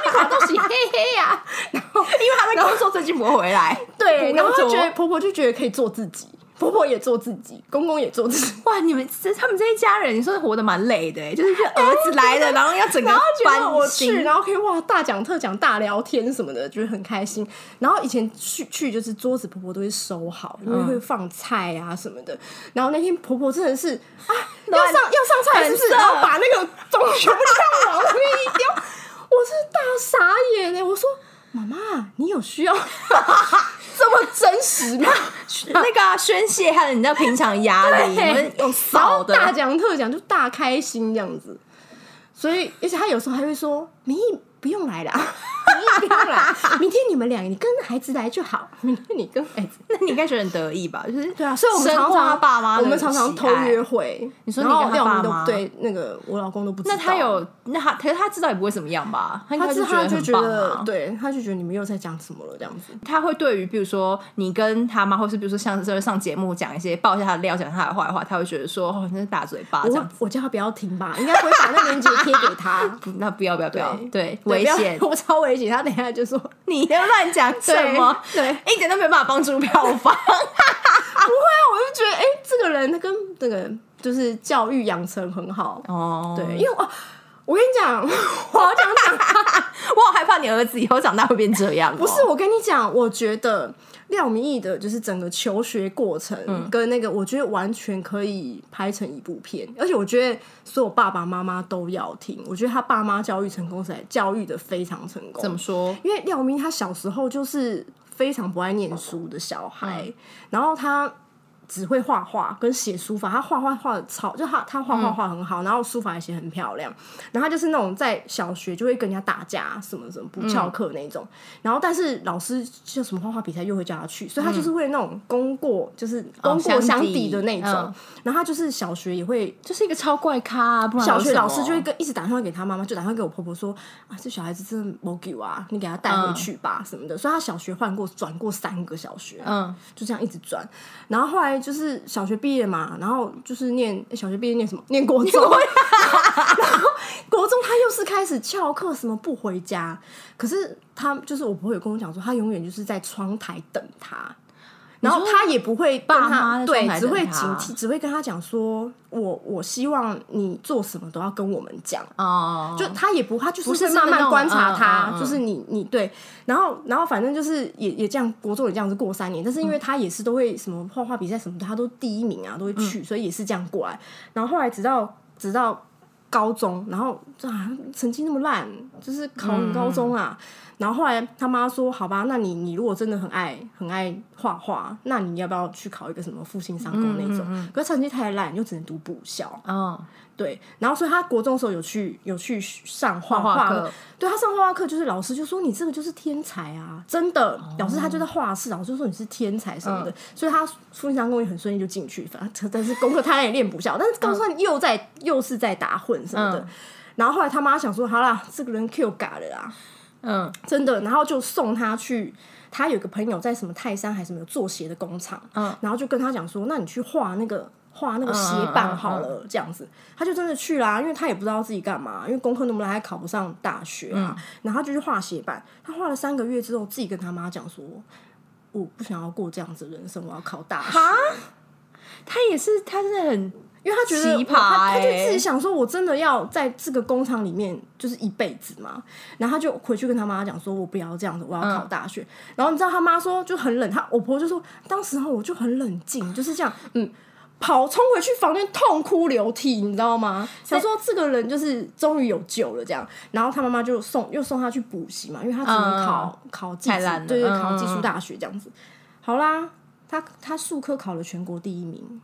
你看都是黑黑呀、然后因为他在工作，最近不会回来。对，然工后她作觉得婆婆就觉得可以做自己，婆婆也做自己，公公也做自己。哇，你们这他们这一家人，你说活得蛮累的、欸，就是这儿子来 了，然后要整个然后觉得我搬去，新。然后可以哇大讲特讲大聊天什么的，就是很开心。然后以前去去就是桌子婆婆都会收好，因为会放菜啊什么的。然后那天婆婆真的是啊，要乱上要上菜是不是？很色然后把那个东西全部这样往那边一丢，我是大傻眼哎、我说妈妈，你有需 要这么真实吗？ 那个啊、宣泄他的你的平常压力， 对你们用然后扫的，大讲特讲，就大开心这样子。所以，而且他有时候还会说：“明义不用来啦，明义不用 来，明天你们俩你跟孩子来就好，明天你跟孩子。那你应该觉得很得意吧？就是对啊，所以我们深常获他常爸妈的我们常常喜偷爱约会。你说然后你跟他廖明爸都妈对那个我老公都不知道。那他有，那他可是他知道也不会怎么样吧？他应他该知就道他就很觉棒得，啊。对，他就觉得你们又在讲什么了这样子。他会对于比如说你跟他妈，或是比如说像这上节目讲一些爆一下他的料，讲他的坏话，他会觉得说哦，你是大嘴巴我这会样子。。我叫他不要听吧，应该不会把那链接贴给 他不那不要不要不要，对，对危不要！险 我超危险。他等一下就说你要乱讲什么？对一点都没有办法帮助票 房。不会啊，我就觉得，哎、这个人他跟那个就是教育养成很好，哦，对，因为我我跟你讲， 我要讲讲， 我好害怕你儿子以后长大会变这样哦。不是我跟你讲，我觉得廖明义的就是整个求学过程嗯跟那个，我觉得完全可以拍成一部片，而且我觉得所有爸爸妈妈都要听，我觉得他爸妈教育成功是来教育的非常成功，怎么说？因为廖明他小时候就是非常不爱念书的小孩，然后他只会画画跟写书法，他画画画的超，就他他画画画很好，然后书法也写很漂亮，然后他就是那种在小学就会跟人家打架，什么什么不翘课那种，然后但是老师就什么画画比赛又会叫他去，所以他就是会那种功过，就是功过相抵的那种，嗯然后他就是小学也会就是一个超怪咖啊，不然小学有什么老师就会跟一直打电话给他妈妈，就打电话给我婆婆说啊，这小孩子真的没救啊，你给他带嗯回去吧、什么的。所以他小学换过转过三个小学，嗯，就这样一直转。然后后来就是小学毕业嘛，然后就是念诶小学毕业念什么？念国中。然后国中他又是开始翘课，什么不回家。可是他就是我婆婆有跟我讲说，他永远就是在窗台等他。然后他也不会跟爸妈他在对窗，台只等会他警惕，只会跟他讲说，我我希望你做什么都要跟我们讲。哦，就他也不，他就是不是会真的那慢慢种观察他，嗯嗯嗯就是你你对，然后然后反正就是也也这样，国中也这样子过三年，但是嗯因为他也是都会什么画画比赛什么的，他都第一名啊，都会去，嗯所以也是这样过来。然后后来直到直到高中，然后啊成绩那么烂，就是考很高中啊。嗯然后后来他妈说：“好吧，那你你如果真的很爱很爱画画，那你要不要去考一个什么复兴商工那嗯种？可是成绩太烂，你就只能读补校。哦，对，然后所以他国中的时候有去有去上画画画课，对他上画画课，就是老师就说你这个就是天才啊，真的，哦老师他就在画室，老师就说你是天才什嗯么的，所以他复兴商工也很顺利就嗯进去，反正但是功课他也练不下，但是高三又在、又是在打混什么的。然后后来他妈想说，好啦，这个人 Q 嘎了啊啦，嗯真的，然后就送他去。他有个朋友在什么泰山还是什么有做鞋的工厂，嗯然后就跟他讲说，那你去画那个画那个鞋嗯嗯嗯板好了，这样子，他就真的去啦，因为他也不知道自己干嘛，因为功课那么烂，还考不上大学啊，嗯然后他就去画鞋板，他画了三个月之后，自己跟他妈讲说，我不想要过这样子的人生，我要考大学，哈，他也是，他是很因为他觉得奇葩我他他就欸自己想说，我真的要在这个工厂里面就是一辈子嘛。然后他就回去跟他妈讲说，我不要这样子，我要考大学。嗯然后你知道他妈说就很冷，他我婆就说，当时候我就很冷静，就是这样，嗯。跑冲回去房间痛哭流涕，你知道吗？想说这个人就是终于有救了这样，然后他妈妈就送又送他去补习嘛，因为他只能考、考技嗯太术烂了，对对，考嗯技嗯术嗯大学这样子。好啦，他他数科考了全国第一名，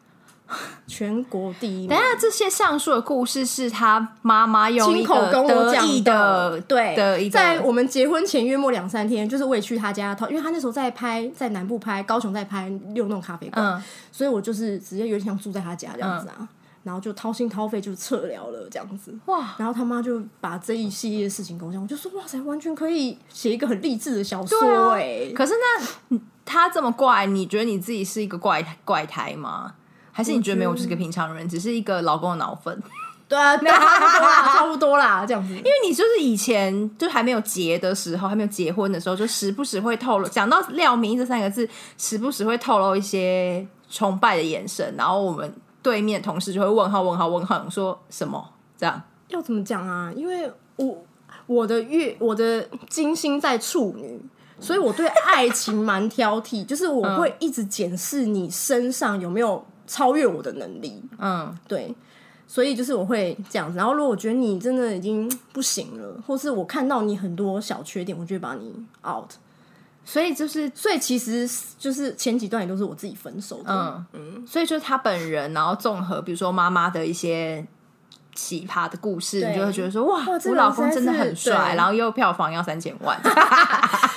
全国第一名等一。下，这些上述的故事是他妈妈用亲一口个跟我得讲意的对的一个在我们结婚前约莫两三天，就是我也去他家，因为他那时候在拍，在南部拍，高雄在拍六弄咖啡馆，嗯所以我就是直接有点像住在他家这样子啊，然后就掏心掏肺就撤聊了这样子。哇，然后他妈就把这一系列的事情跟我讲，我就说哇塞，完全可以写一个很励志的小对啊说哎、欸可是那他这么怪，你觉得你自己是一个怪怪胎吗？还是你觉得没有，我就是个平常人，只是一个老公的脑粉？因对啊，对啊差不多啦，差不多啦，这样子。为你就是以前就还没有结的时候，还没有结婚的时候，就时不时会透露讲到“廖明”这三个字，时不时会透露一些崇拜的眼神，然后我们对面同事就会问号问号问号，想说什么这样？要怎么讲啊？因为我我的月我的金星在处女，所以我对爱情蛮挑剔， 就是我会一直检视你身上有没有超越我的能力。嗯，对，所以就是我会这样子。然后如果我觉得你真的已经不行了，或是我看到你很多小缺点，我就会把你 out。所以就是所以其实就是前几段也都是我自己分手的。嗯，所以就是他本人，然后综合比如说妈妈的一些奇葩的故事，对你就会觉得说哇，哇这我个人老公真的很实在帅，是然后又票房要三千万。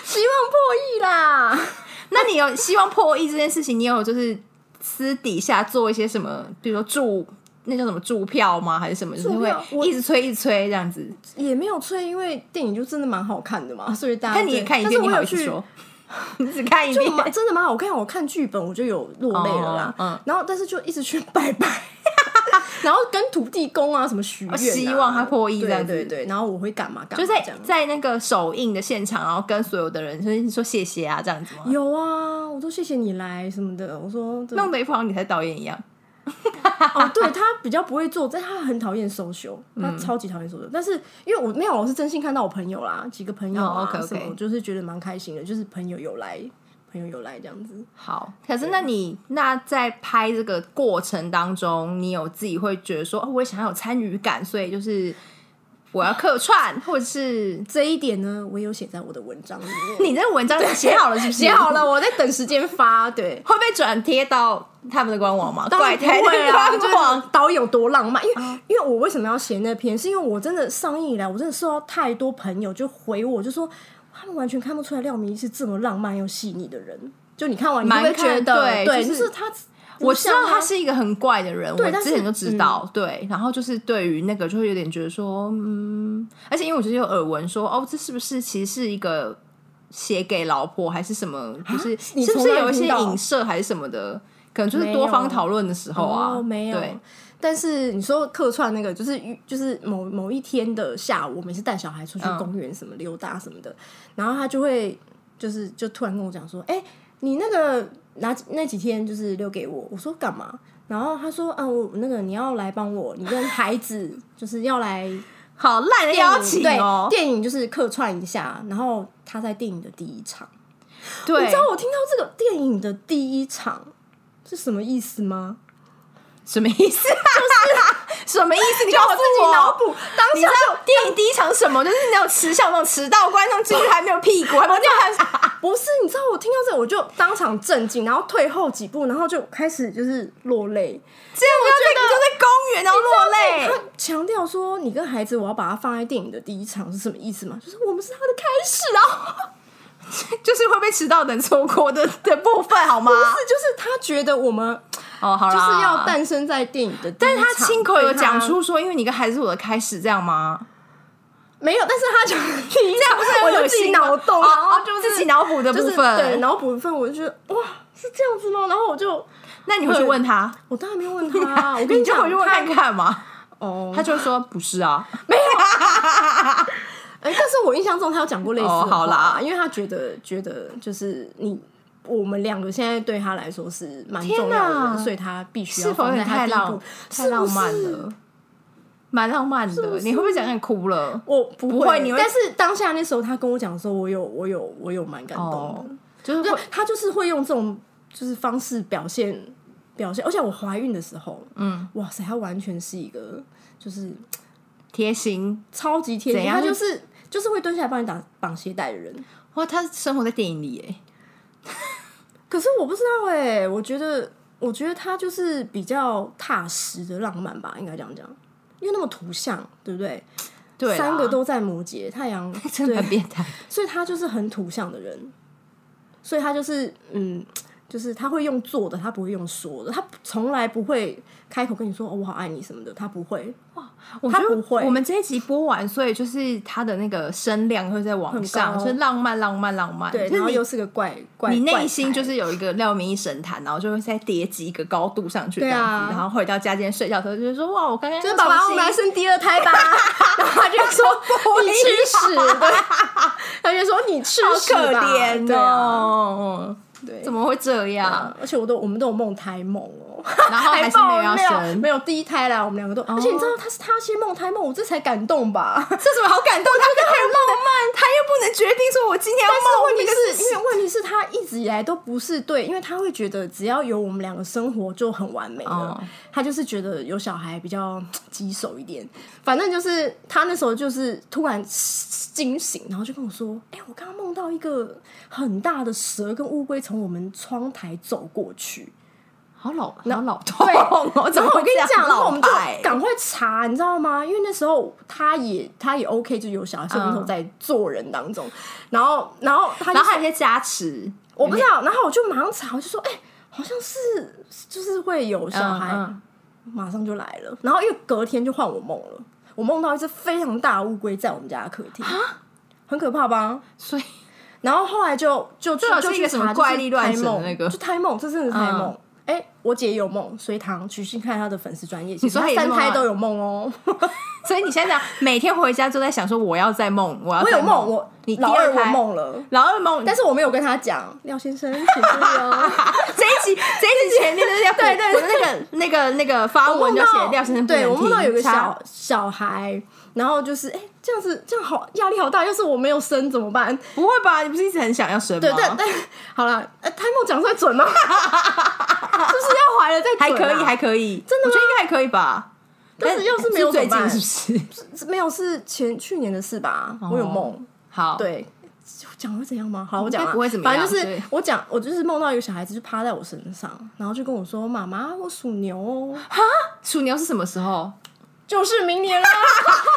希望破亿啦！ 那你有希望破亿这件事情，你有就是私底下做一些什么，比如说助那叫什么助票吗？还是什么？就是助会票我一直催一直催这样子。也没有催，因为电影就真的蛮好看的嘛，所以大家但你啊对也看一但是遍，你我有好意思去说？ 你只看一就遍，蛮真的蛮好看，我看剧本我就有落泪了啦。哦嗯然后但是就一直去拜 拜，然后跟土地公啊什么许愿、啊，哦希望他破亿这样对子对对。然后我会干嘛干就嘛在这样在那个首映的现场，然后跟所有的人就是说谢谢啊这样子吗？有啊，我说谢谢你来什么的，我说这弄得一副好像你才导演一样。哦，对他比较不会做，但他很讨厌收修，嗯他超级讨厌收修。但是因为我没有，我是真心看到我朋友啦，几个朋友哦啊、 ，OK，OK 什么，我就是觉得蛮开心的，就是朋友有来，朋友有来这样子。好，可是那你那在拍这个过程当中，你有自己会觉得说，哦，我也想要有参与感，所以就是我要客串，或者是这一点呢，我也有写在我的文章里 面，你这个文章写好了是不是？写好，了，我在等时间发。对，会被转贴到他们的官网吗？当怪然不胎的嗯会啊，官就是网。导演有多浪漫，因为、因为我为什么要写那篇，是因为我真的上映以来，我真的收到太多朋友就回我，就说他们完全看不出来廖明是这么浪漫又细腻的人。就你看完，你会蛮不会觉得看对对，就就是是他，我知道不像他是一个很怪的人，我但之是嗯前就知道。对，然后就是对于那个就会有点觉得说，嗯，而且因为我觉得有耳闻说，哦，这是不是其实是一个写给老婆还是什么？不是，啊你是不从是哪里有一些听到影射还是什么的？可能就是没多方有讨论的时候啊，哦，没有对。但是你说客串那个，就是就是某某一天的下午，我每次带小孩出去嗯公园什么溜达什么的，然后他就会就是就突然跟我讲说：“哎、你那个哪几那几天就是留给我。”我说干嘛？然后他说：“啊，我那个你要来帮我，你跟孩子 就是要来好烂的电影邀请哦，对，电影就是客串一下。”然后他在电影的第一场，对你知道我听到这个电影的第一场是什么意思吗？什么意思？就是 什么意思？你告诉我自己脑补，当你下知道电影第一场什么？就是那种迟像那种迟到观众进去还没有屁股，还没有看。不是，你知道我听到这，我就当场震惊，然后退后几步，然后就开始就是落泪。这样我要在就在公园然后落泪他。强调说，你跟孩子，我要把他放在电影的第一场是什么意思吗？就是我们是他的开始啊， 就是会被迟到等错过的的部分，好吗？是就是他觉得我们哦，好啦，就是要诞生在电影的第一场。但但是他亲口有讲出说，因为你跟孩子是我的开始，这样吗？没有，但是他讲第一场，不 是我很就恶自己心吗脑洞，哦然后就是自己脑补的部就是分。对，脑补部分，我就觉得哇，是这样子吗？然后我就那你回去问他，我当然没有问 他啊，我跟你就讲，回去问他看看嘛。哦，他就说不是啊，哎、但是我印象中他有讲过类似的话、哦好啦因为他觉得觉得就是你我们两个现在对他来说是蛮重天要哪的，所以他必须是要否有放在点他太第一浪步，太浪漫是不是了？蛮浪漫的，不是你会不会讲讲哭了？我不不会你会但是当下那时候他跟我讲的时候，我有我有我有蛮感动的，哦，就是就会他就是会用这种就是方式表现表现，而且我怀孕的时候，嗯，哇塞，他完全是一个就是贴心超级贴怎心，样他就是就是会蹲下来帮你打绑鞋带的人，哇！他生活在电影里耶，可是我不知道哎、我觉得，我觉得他就是比较踏实的浪漫吧，应该这样讲，因为那么图像，对不对？对啦，三个都在摩羯，太阳真的很对，变态。所以他就是很图像的人，所以他就是嗯，就是他会用做的，他不会用说的，他从来不会开口跟你说、哦、我好爱你什么的，他不会。我觉他得不会我们这一集播完，所以就是他的那个声量会在往上，很高就是浪漫、浪漫、浪漫。对，就然后是又啊你是个怪怪，你怪内胎心就是有一个廖明一神坛，然后就会再叠几个高度上去，这对啊样子。然后回到家今天睡觉的时候，就是说哇，我刚刚就是爸爸，我们来来生第二胎 吧。然后他就说不你吃屎，对， 他就说你吃好屎可吧怜对啊，哦，对，啊怎么会这样？而且我都我们都有梦胎梦哦，然后还是没有要 还爆生哦没有第一胎啦，我们两个都，而且你知道他是他先梦胎梦，我这才感动吧。这什么好感动？他这太浪漫，他又不能决定说我今天要但是冒问那题个是，因为问题是他一直以来都不是对，因为他会觉得只要有我们两个生活就很完美了。哦他就是觉得有小孩比较棘手一点。反正就是他那时候就是突然惊醒，然后就跟我说：“哎、我刚刚梦到一个很大的蛇跟乌龟从我们窗台走过去。”好老，好然后老痛对哦，我怎然么后我会跟这你样讲，然后我老们就派？赶快查，你知道吗？因为那时候他也他也 OK，就有小孩，所以我们都嗯在做人当中。然后，然后他就然后说还有一些加持，我不知道，然后我就马上查，我就说，哎、好像是就是会有小孩，嗯嗯马上就来了。然后因为隔天就换我梦了，我梦到一只非常大的乌龟在我们家的客厅，啊很可怕吧？所以然后后来就就好就像就是一个去什么查怪力乱神就是胎梦的那个就胎梦，这真的是胎嗯梦。哎、我姐也有梦，所以唐去去看她的粉丝专业，你说她她也是三梦胎啊都有梦哦。所以你现在讲，每天回家就在想说，我要再梦，我要 我再有梦，梦，我你第老二二我胎，嗯梦了，老二梦，但是我没有跟她讲，廖先生，请注意 哦。这一集这一集前面就是要 对对对我的那个那个那个发我文梦就到写廖先生不对能我梦到听有个差小小孩，然后就是哎、这样子这样好压力好大，要是我没有生怎么办？不会吧？你不是一直很想要生吗？对，但但好了，呃，胎梦讲出 来准吗？就是要怀了再还准啊可以，还可以，真的我觉得应该还可以吧。但是要是没有最怎么近办是不是？哦是没有是前去年的事吧？我有梦，好，，对。讲会怎样吗？好，我讲应啊该不会怎么反样正就是对我讲，我就是梦到一个小孩子就趴在我身上，然后就跟我说：“妈妈，我属牛哦，鼠牛是什么时候？ 就是明年啦。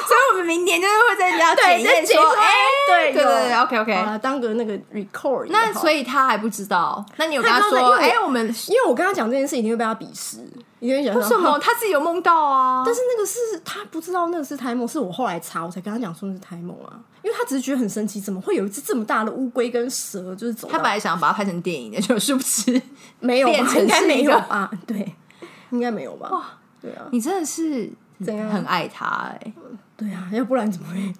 所以我们明年就是会在家对检验在检说，验哎，对对对有对，OK ” OK 好。了，当个那个 record 也那好所以他还不知道，那你有跟他不知道说，因为哎、我我们因为我跟他讲这件事，一定会被他鄙视，一定会讲为什 么说。他自己有梦到啊？但是那个是他不知道那个是胎梦，是我后来查我才跟他讲说那是胎梦啊，因为他只是觉得很神奇，怎么会有一只这么大的乌龟跟蛇就是走到？他本来想把它拍成电 影的，就是不是？没有吧，变成 应该是没一个有吧？对，应该没有吧？对啊， 你真的是怎样很爱他哎、对啊，要不然怎么会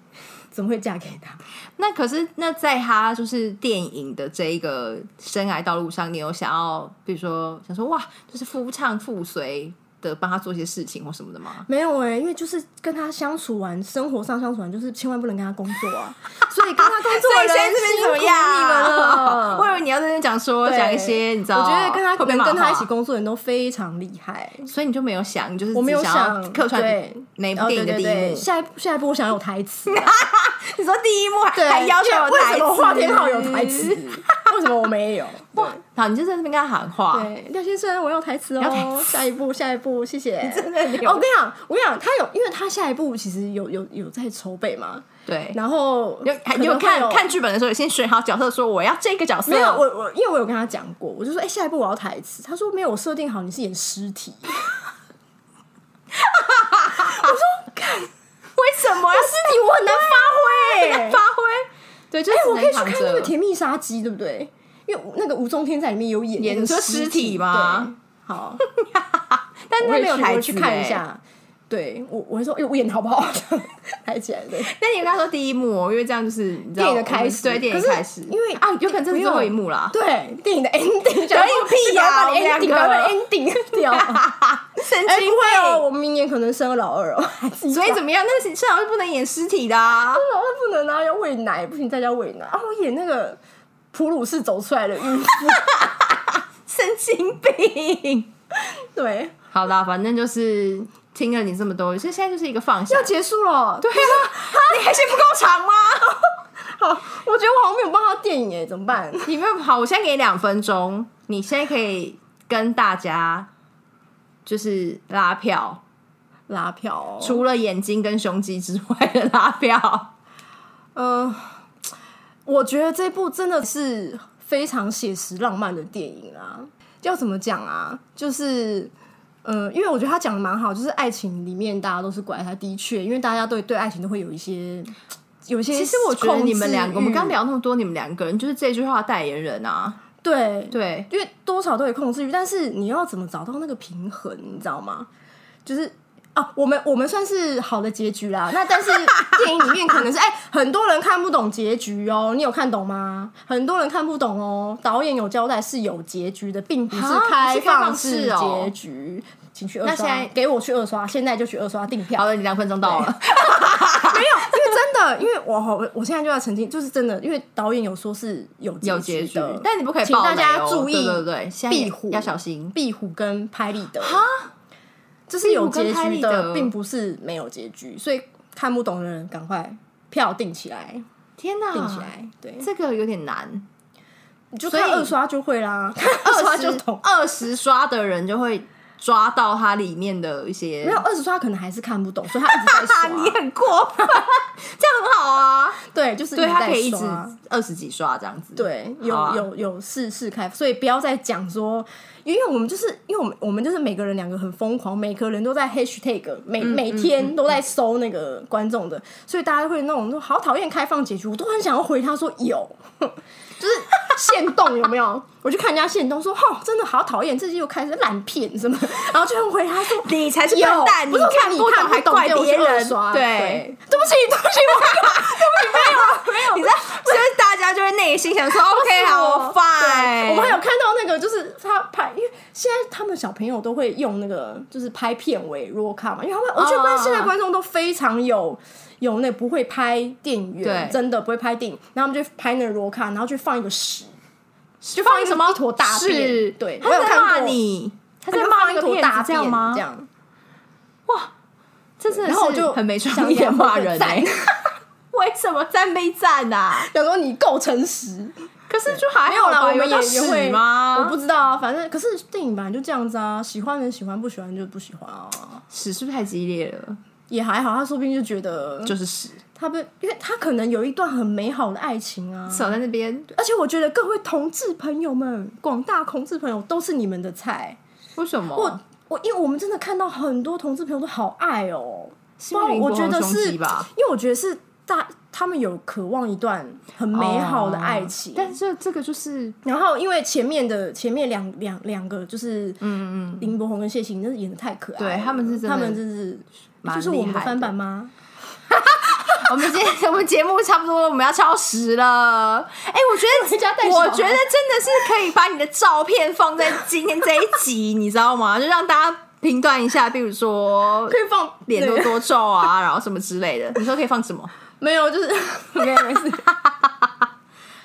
怎么会嫁给他？那可是那在他就是电影的这一个生涯道路上，你有想要，比如说想说哇，就是夫唱妇随的帮他做一些事情或什么的吗？没有哎、因为就是跟他相处完，生活上相处完，就是千万不能跟他工作啊， 所以跟他工作所的以现在人这边辛怎苦么你样？。们了 我以为你要在那边讲说对讲一些，你知道？我觉得跟他会被能骂跟他话一起工作的人都非常厉害。所以你就没有想，你就是我没有只想要想客串对每哦，部电影对的第对一对，幕。下一下一步我想有台 词，你说第一幕还对，还要求有因为为台什词？ 么华天浩有台词，为什么我没有？哇，好，你就在这边跟他喊话，对，廖先生，我要台词要台哦，下一步，下一步，谢谢。真的哦，我跟你讲，我跟你讲，他有，因为他下一步其实有有有在筹备嘛，对，然后有可能有会看哦看剧本的时候，有先选好角色，说我要这个角色。没有，我我因为我有跟他讲过，我就说，哎、下一步我要台词。他说没有，我设定好你是演尸体。为什么要尸体啊我很难被发他挥、发挥？对，就是只欸哎我能可以去躺看 那个着《甜蜜杀机》，对不对？因为那个吴宗宪在里面有演演那个说尸体吗对好，但我他会没有去台词我会去看一欸。下。对我，我会说，哎、我演的好不 好？抬起来，对，那你跟他说第一幕哦，因为这样就是你知道电影的开始，我们对电影可是开始，因为啊，有可能这是不最用后一幕啦。对电影 的 ending，可以屁呀赶快我啊把们两 ending，赶个快把 ending 掉。神哎、经不会哦，病！我们明年可能生了老二哦，所以么怎么样？那个社长是不能演尸体的 啊！老二不能啊？要喂奶，不行在家喂奶啊！我演那个普鲁士走出来的孕妇， 神经病！对，好啦，反正就是听了你这么多，所以现在就是一个放下要。结束了。对啊，你还嫌不够长吗？好，我觉得我好像没有办法电影哎，怎么办？你没有好，我现在给你两分钟，你现在可以跟大家就是拉票，拉票、哦，除了眼睛跟胸肌之外的拉票。嗯、我觉得这部真的是非常写实浪漫的电影啊。要怎么讲啊？就是，呃，因为我觉得他讲的蛮好，就是爱情里面大家都是乖，他的确，因为大家对对爱情都会有一些有一些控制 其欲。实我觉得你们两个，我们刚聊那么多，你们两个人就是这句话的代言人啊。嗯对对，因为多少都有控制欲，但是你要怎么找到那个平衡，你知道吗？就是啊，我们我们算是好的结局啦。那但是电影里面可能 是哎、很多人看不懂结局哦，你有看懂吗？很多人看不懂哦。导演有交代是有结局的，并不啊是不是开开放式式哦结局。请去二刷，那现在给我去二刷，现在就去二刷订票好。了，你两分钟到了。 没有，因为真的，因为我好，我现在就要澄清，就是真的，因为导演有说是有有 结局的，但你不可以请爆雷哦、大家注意，对对对，现在壁虎要小心。壁虎跟拍立得这是有结壁虎跟拍局立得的，并不是没有结局，所以看不懂的人赶快票定起来，天哪，定起来，对，啊这个有点难。你就所以看二刷就会 啦，看二刷就懂。二十刷的人就会抓到它里面的一些没。有二十刷可能还是看不懂，所以他一直 在你刷。很过分，这样很好啊。对，就是 对，直它在可以一直刷二十几刷这样子。对，有、好啊有有事事开，所以不要再讲说，因为我们就是因为我们我们就是每个人两个很疯狂，每个人都在 hashtag，每、嗯每天都在搜那个观众的，所以大家会那种说好讨厌开放结局，我都很想要回他说有， 就是限动有没有？我去看人家限动说，哦，真的好讨厌，这又开始烂片什么，然后就会回他说。你才是有笨蛋，不是看你不看还懂怪就别去二人。刷对，对，对不起，对不起， 你知道，所以大家就会内心 想说，OK，好对，fine。我们还有看到那个，就是他拍，因为现在他们小朋友都会用那个，就是拍片尾 roll 卡嘛，因为他们我觉得观哦现在观众都非常有有那不会拍电影对院，真的不会拍电影，然后他们就拍那个 roll 卡，然后去放一个屎，就放一坨大便是，对他我有在看骂过你，他就在放骂一那个坨骗大子这便样吗？这样，这真的然后我是就很没想创意的想骂 人哎、赞为什么赞没赞啊？想说你够诚实，可是就还没有好啦，吧，我们有到也也屎会吗？我不知道啊，反正可是电影本来就这样子啊，喜欢人喜欢，不喜欢就不喜欢啊，屎是不是太激烈了？也还好，他说不定就觉得就是屎，他被，因为他可能有一段很美好的爱情啊，手在那边，而且我觉得各位同志朋友们，广大同志朋友都是你们的菜。为什么？我我因为我们真的看到很多同志朋友都好爱哦，是因为林我柏觉宏得胸是肌吧，因为我觉得是大他们有渴望一段很美好的爱情，哦但是这这个就是然后因为前面的前面两两两个就是嗯嗯林柏宏跟谢欣，真是演的太可爱了，对他们是真的他们真是蛮就是我们厉害的翻版吗？我们今天 我们节目差不多了，我们要超时了。哎、我觉 得回家带小孩我觉得真的是可以把你的照片放在今天这一集， 你知道吗？就让大家评断一下，比如说可以放脸那多个多皱 啊，然后什么之类的。你说可以放什么？没有， 就是没有没事。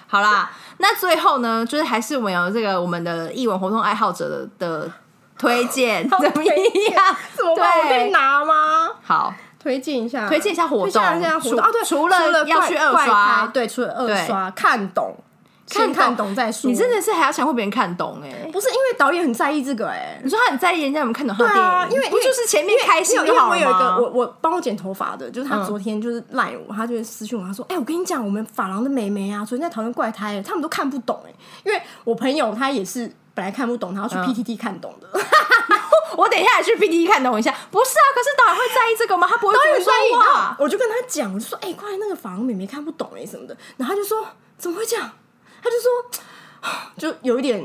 好啦，那最后呢，就是还是我们有这个我们的译文活动爱好者的的推 荐， 怎么样？怎么办？我可以对，拿吗？好，推荐一下，推荐一下活动推荐一下活除动啊！对，除除了要怪去二刷怪胎对，除了二刷看懂，看看懂再说。你真的是还要强迫别人看懂哎、欸。不是因为导演很在意这个哎、你说他很在意人家有没有看懂他的对电影，啊因为不就是前面开心因为就因为好我了有一吗嗯个我我帮我剪头发的，就是他昨天就是赖我，他就会私讯我，他说：“哎、我跟你讲，我们发廊的美眉啊，昨天在讨论怪胎、他们都看不懂哎、因为我朋友他也是本来看不懂，然后嗯去 PTT 看懂的。我等一下也去 PPT 看懂一下。不是啊，可是导演会在意这个吗？他不会觉得说所以哇，我就跟他讲，我就说：“哎、快，那个法郎妹妹看不懂哎、什么的。”然后他就说：“怎么会这样？”他就说：“就有一点，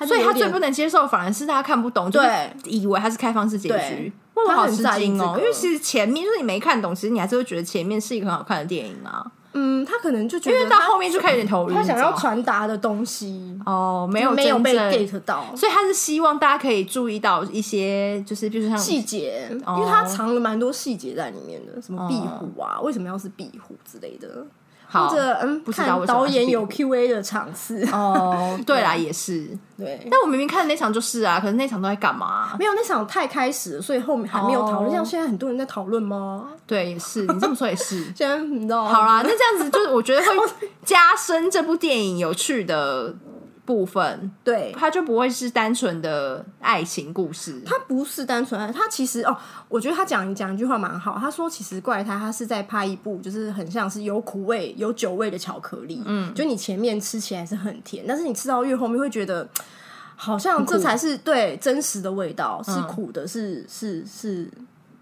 就所以有他点最不能接受反而是他看不懂，就是对以为他是开放式结局对。哇我他好很吃在意惊哦、这个因为其实前面就是你没看懂，其实你还是会觉得前面是一个很好看的电影啊，嗯，他可能就觉因得为到他后面就开始有点头晕。他想要你知道吗传达的东西哦，没有没有真被正 get 到所以他是希望大家可以注意到一些，就是比如说像细节，哦因为他藏了蛮多细节在里面嗯的，什么壁虎啊，为什么要是壁虎之类的，好或者嗯，不知道为看什么导是演壁虎有 Q A 的场次，哦，对啦，也是。 对。但我明明看的那场就是啊，可是那场都在干嘛啊、没有那场太开始了，所以后面还没有讨论。哦像现在很多人在讨论吗？对，也是。你这么说也是。现在你知道好啦，那这样子就是我觉得会加深这部电影有趣的部分，对，它就不会是单纯的爱情故事。他不是单纯爱，他其实哦，我觉得他讲讲一句话蛮好，他说其实怪胎他是在拍一部就是很像是有苦味有酒味的巧克力，嗯，就你前面吃起来是很甜，但是你吃到越后面会觉得。好像这才是对真实的味道，是嗯苦的是，是是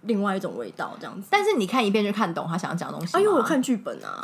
另外一种味道这样子。但是你看一遍就看懂他想要讲的东西吗。哎呦，我看剧本啊，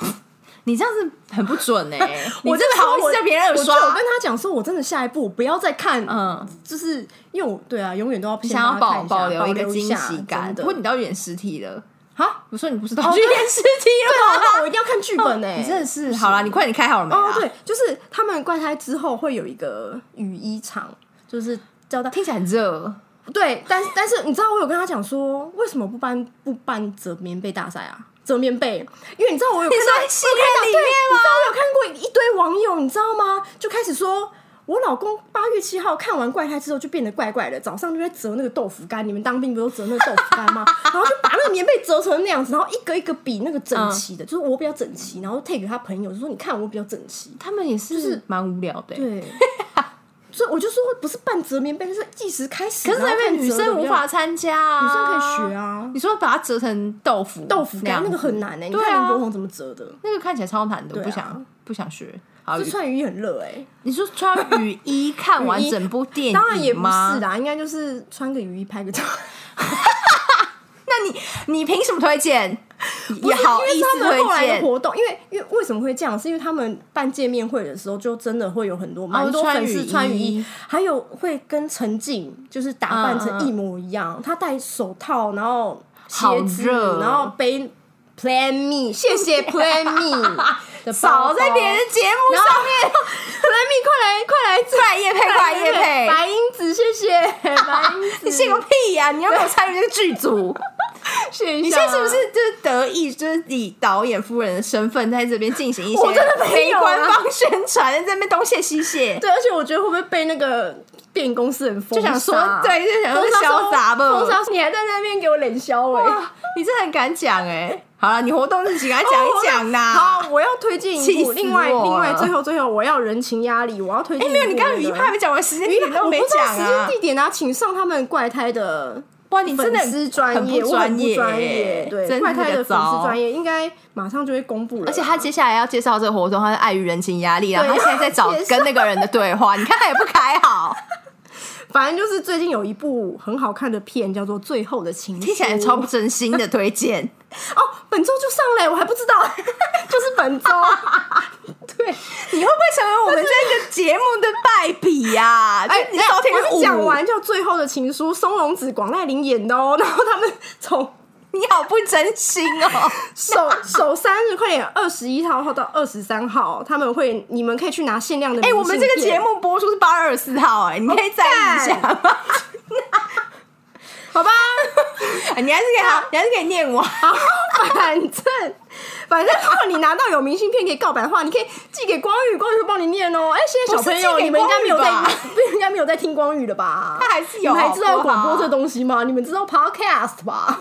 你这样子很不准哎、 我你就这个说好意思我在别人耳我就刷有跟他讲说，我真的下一步不要再看，嗯，就是因为我对啊，永远都要先想要帮他保看一下保留一个保惊下喜感。真不的过你到演实体了，啊，我说你不是到去演实体了吗？我一定要看剧本呢、啊哦欸你真的是好啦，你快点开好了没哦啊？，对，就是他们怪胎之后会有一个雨衣场，就是叫他听起来很热，对，但但是你知道我有跟他讲说，为什么不办不办折棉被大赛啊？折棉被，因为你知道我有看到，你说系列里对，面你知道我有看过一堆网友，你知道吗？就开始说。我老公八月七号看完怪胎之后就变得怪怪的，早上就在折那个豆腐干。你们当兵不都折那个豆腐干吗？ 然后就把那个棉被折成那样子，然后一个一个比那个嗯整齐的，就是我比较整齐，然后 take 给他朋友就说你看我比较整齐，他们也是是蛮无聊的欸、 对，所以我就说不是半折棉被，就是计时开始。可是然那后边看女折的生比无较法参加、啊，女生可以学啊你说把它折成豆腐，豆腐干，样那个子很难哎、你对啊看林柏宏怎么折的？那个看起来超难的，我对啊不想不想学。好这，穿雨衣很热哎、你说穿雨衣看完 雨衣整部电影当然也不吗是啦，应该就是穿个雨衣拍 个照。那你你凭什么推荐？不也是好因为意是他思们后推来的荐？活动，因为因为为什么会这样？是因为他们办见面会的时候，就真的会有很多蛮多哦穿粉丝雨穿雨衣衣，还有会跟陈静就是打扮成一模一样，他戴手套，然后嗯好鞋子，热然后背 Plan Me，谢谢 Plan Me 的少啊在别人节目上面 Plan Me，快来快来，自然叶配，快叶配，白英子，谢 谢白英子，你信个屁呀、你要给我参与这个剧组？谢谢。你你现在是不是就是得意，就是以导演夫人的身份在这边进行一些 我真的没非有啊官方宣传，在这边东谢西谢，对，而且我觉得会不会被那个电影公司人封就杀啊想说，对，就想说封杀潇洒吧。封杀说你还在那边给我冷笑哎。哇你真的很敢讲哎、好了，你活动日期给他讲一讲啦。哦好，我要推荐气一死部，另外我了啊另外最后最后我要人情压力，我要推哎、荐一没部那有，个。你刚刚语音派还没讲完，时间语音点派都没我不知道讲啊时。间地点啊，请上他们怪胎的哇，你真的粉丝专业，很我很专不业专欸业，对，真怪的胎的粉丝糟专业应该马上就会公布了啦，而且他接下来要介绍这个活动，他是碍于人情压力啊，然后对他现在在 找介绍跟那个人的对话，你看他也不开好，反正就是最近有一部很好看的片叫做《最后的情书》，听起来超不真心的推荐。哦，本周就上嘞，我还不知道， 就是本 周。对，你会不会成为我们这个节目的败笔呀、就 哎，你收听我五们讲，完叫《最后的情书》，松隆子、广濑铃演的哦，然后他们从你好不真心 哦。首 首三日，快点，二十一号到二十三号，他们会，你们可以去拿限量的。哎、我们这个节，目播出是八月二十四号、哎，你可以在意一下吗？好吧，哎你还是给啊他，你还是给念完。 好，哦反正反正，如果你拿到有明信片可以告白的话，你可以寄给光宇，光宇会帮你念哦。哎，现在小朋不是友，寄给你们应该没有在 光宇吧，应该没有在听光宇的吧？他 还 是有你们还知道好不好广 播这东西吗？你们知道 podcast 吧？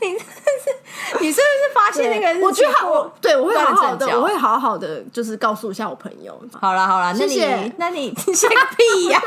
你是不是你是不是发信那个人我觉得好，我对我会好好乱阵的，脚我会好好的，就是告诉一下我朋友。好啦好啦，那你谢谢那你 谢个屁 呀、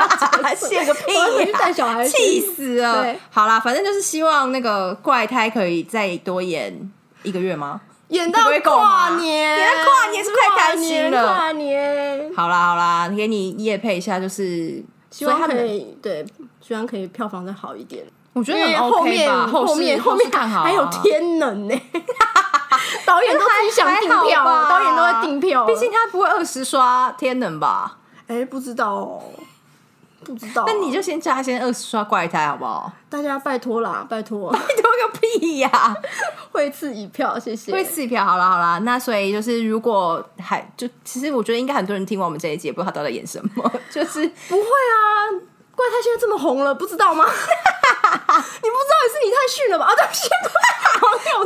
谢个屁、我要回去呀！带小孩去气死了对！好啦，反正就是希望那个怪胎可以再多演一个月吗？演到你不会够吗跨年，演到跨年是不是太开心了跨 年，好啦好啦，给你夜配一下，就是希所望以他可们以对，希望可以票房再好一点。我觉得因为很后 OK 面吧，后后面市后面后市看好啊还有天能呢， 导演都自己想订票哎还好了，吧导演都在订票了。毕竟他不会二十刷天能吧？哎，不知道哦，不知道啊。那你就先叫他先二十刷怪胎好不 好？大家拜托啦，拜托，拜托个屁呀、会次一票，谢谢。会撕票，好啦好啦，那所以就是，如果还就其实我觉得应该很多人听完我们这一集，也不知道他到底在演什么， 就是不会啊，怪胎现在这么红了，不 知道吗？你不知道也是你太逊了吧？啊，对不起，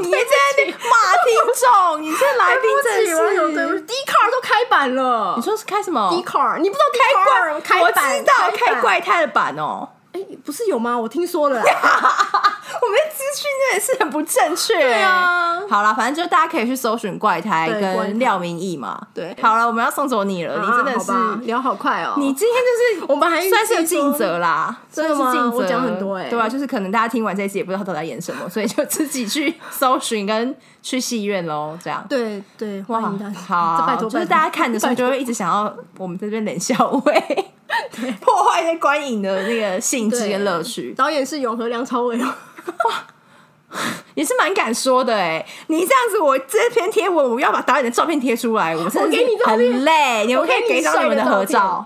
你在那边骂听众，你这来宾真 对不起，我有对不是起，D car 都开版了你说是开什么？ ，D car 你不知道 D 怪 car 开我版知道开版怪胎的版哦，哎，不是有吗？我听说了啦，我们的资讯真的是很不正确。对啊好啦，反正就是大家可以去搜寻怪胎对怪胎跟廖明义嘛。对好了，我们要送走你了，你真的啊好是吧聊好快哦，你今天就是我们还预计算是有尽说责啦，真的吗算是尽责我讲很多欸对吧、啊就是可能大家听完这一集也不知道他到底在演什么，所以就自己去搜寻跟去戏院喽，这样。对对，哇，欢迎大家，好，这拜托，就是拜托大家看的时候就会一直想要我们在这边冷笑 位， 破坏一些观影的那个兴致对跟乐趣，导演是永和梁朝 伟哦，也是蛮敢说的哎、你这样子，我这篇贴文我要把导演的照片贴出来，我真的我给你是照片很累，你们我可给以你给一张你们的帅的合照片照，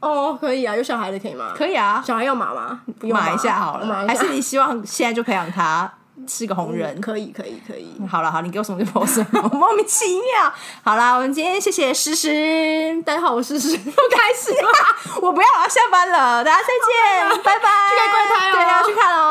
哦，可以啊，有小孩的可以吗？可以啊，小孩要码吗？不用吧买一下好了，码一下还是你希望现在就培养他是个红人？可以可以可以，好了，好，你给我什么就播什么，莫名其妙。好啦，我们今天谢谢诗 诗，大家好，我是诗，又开始了。啊 我不要了，要下班了，大家再见，拜拜。 去看怪胎哦对，要去看哦。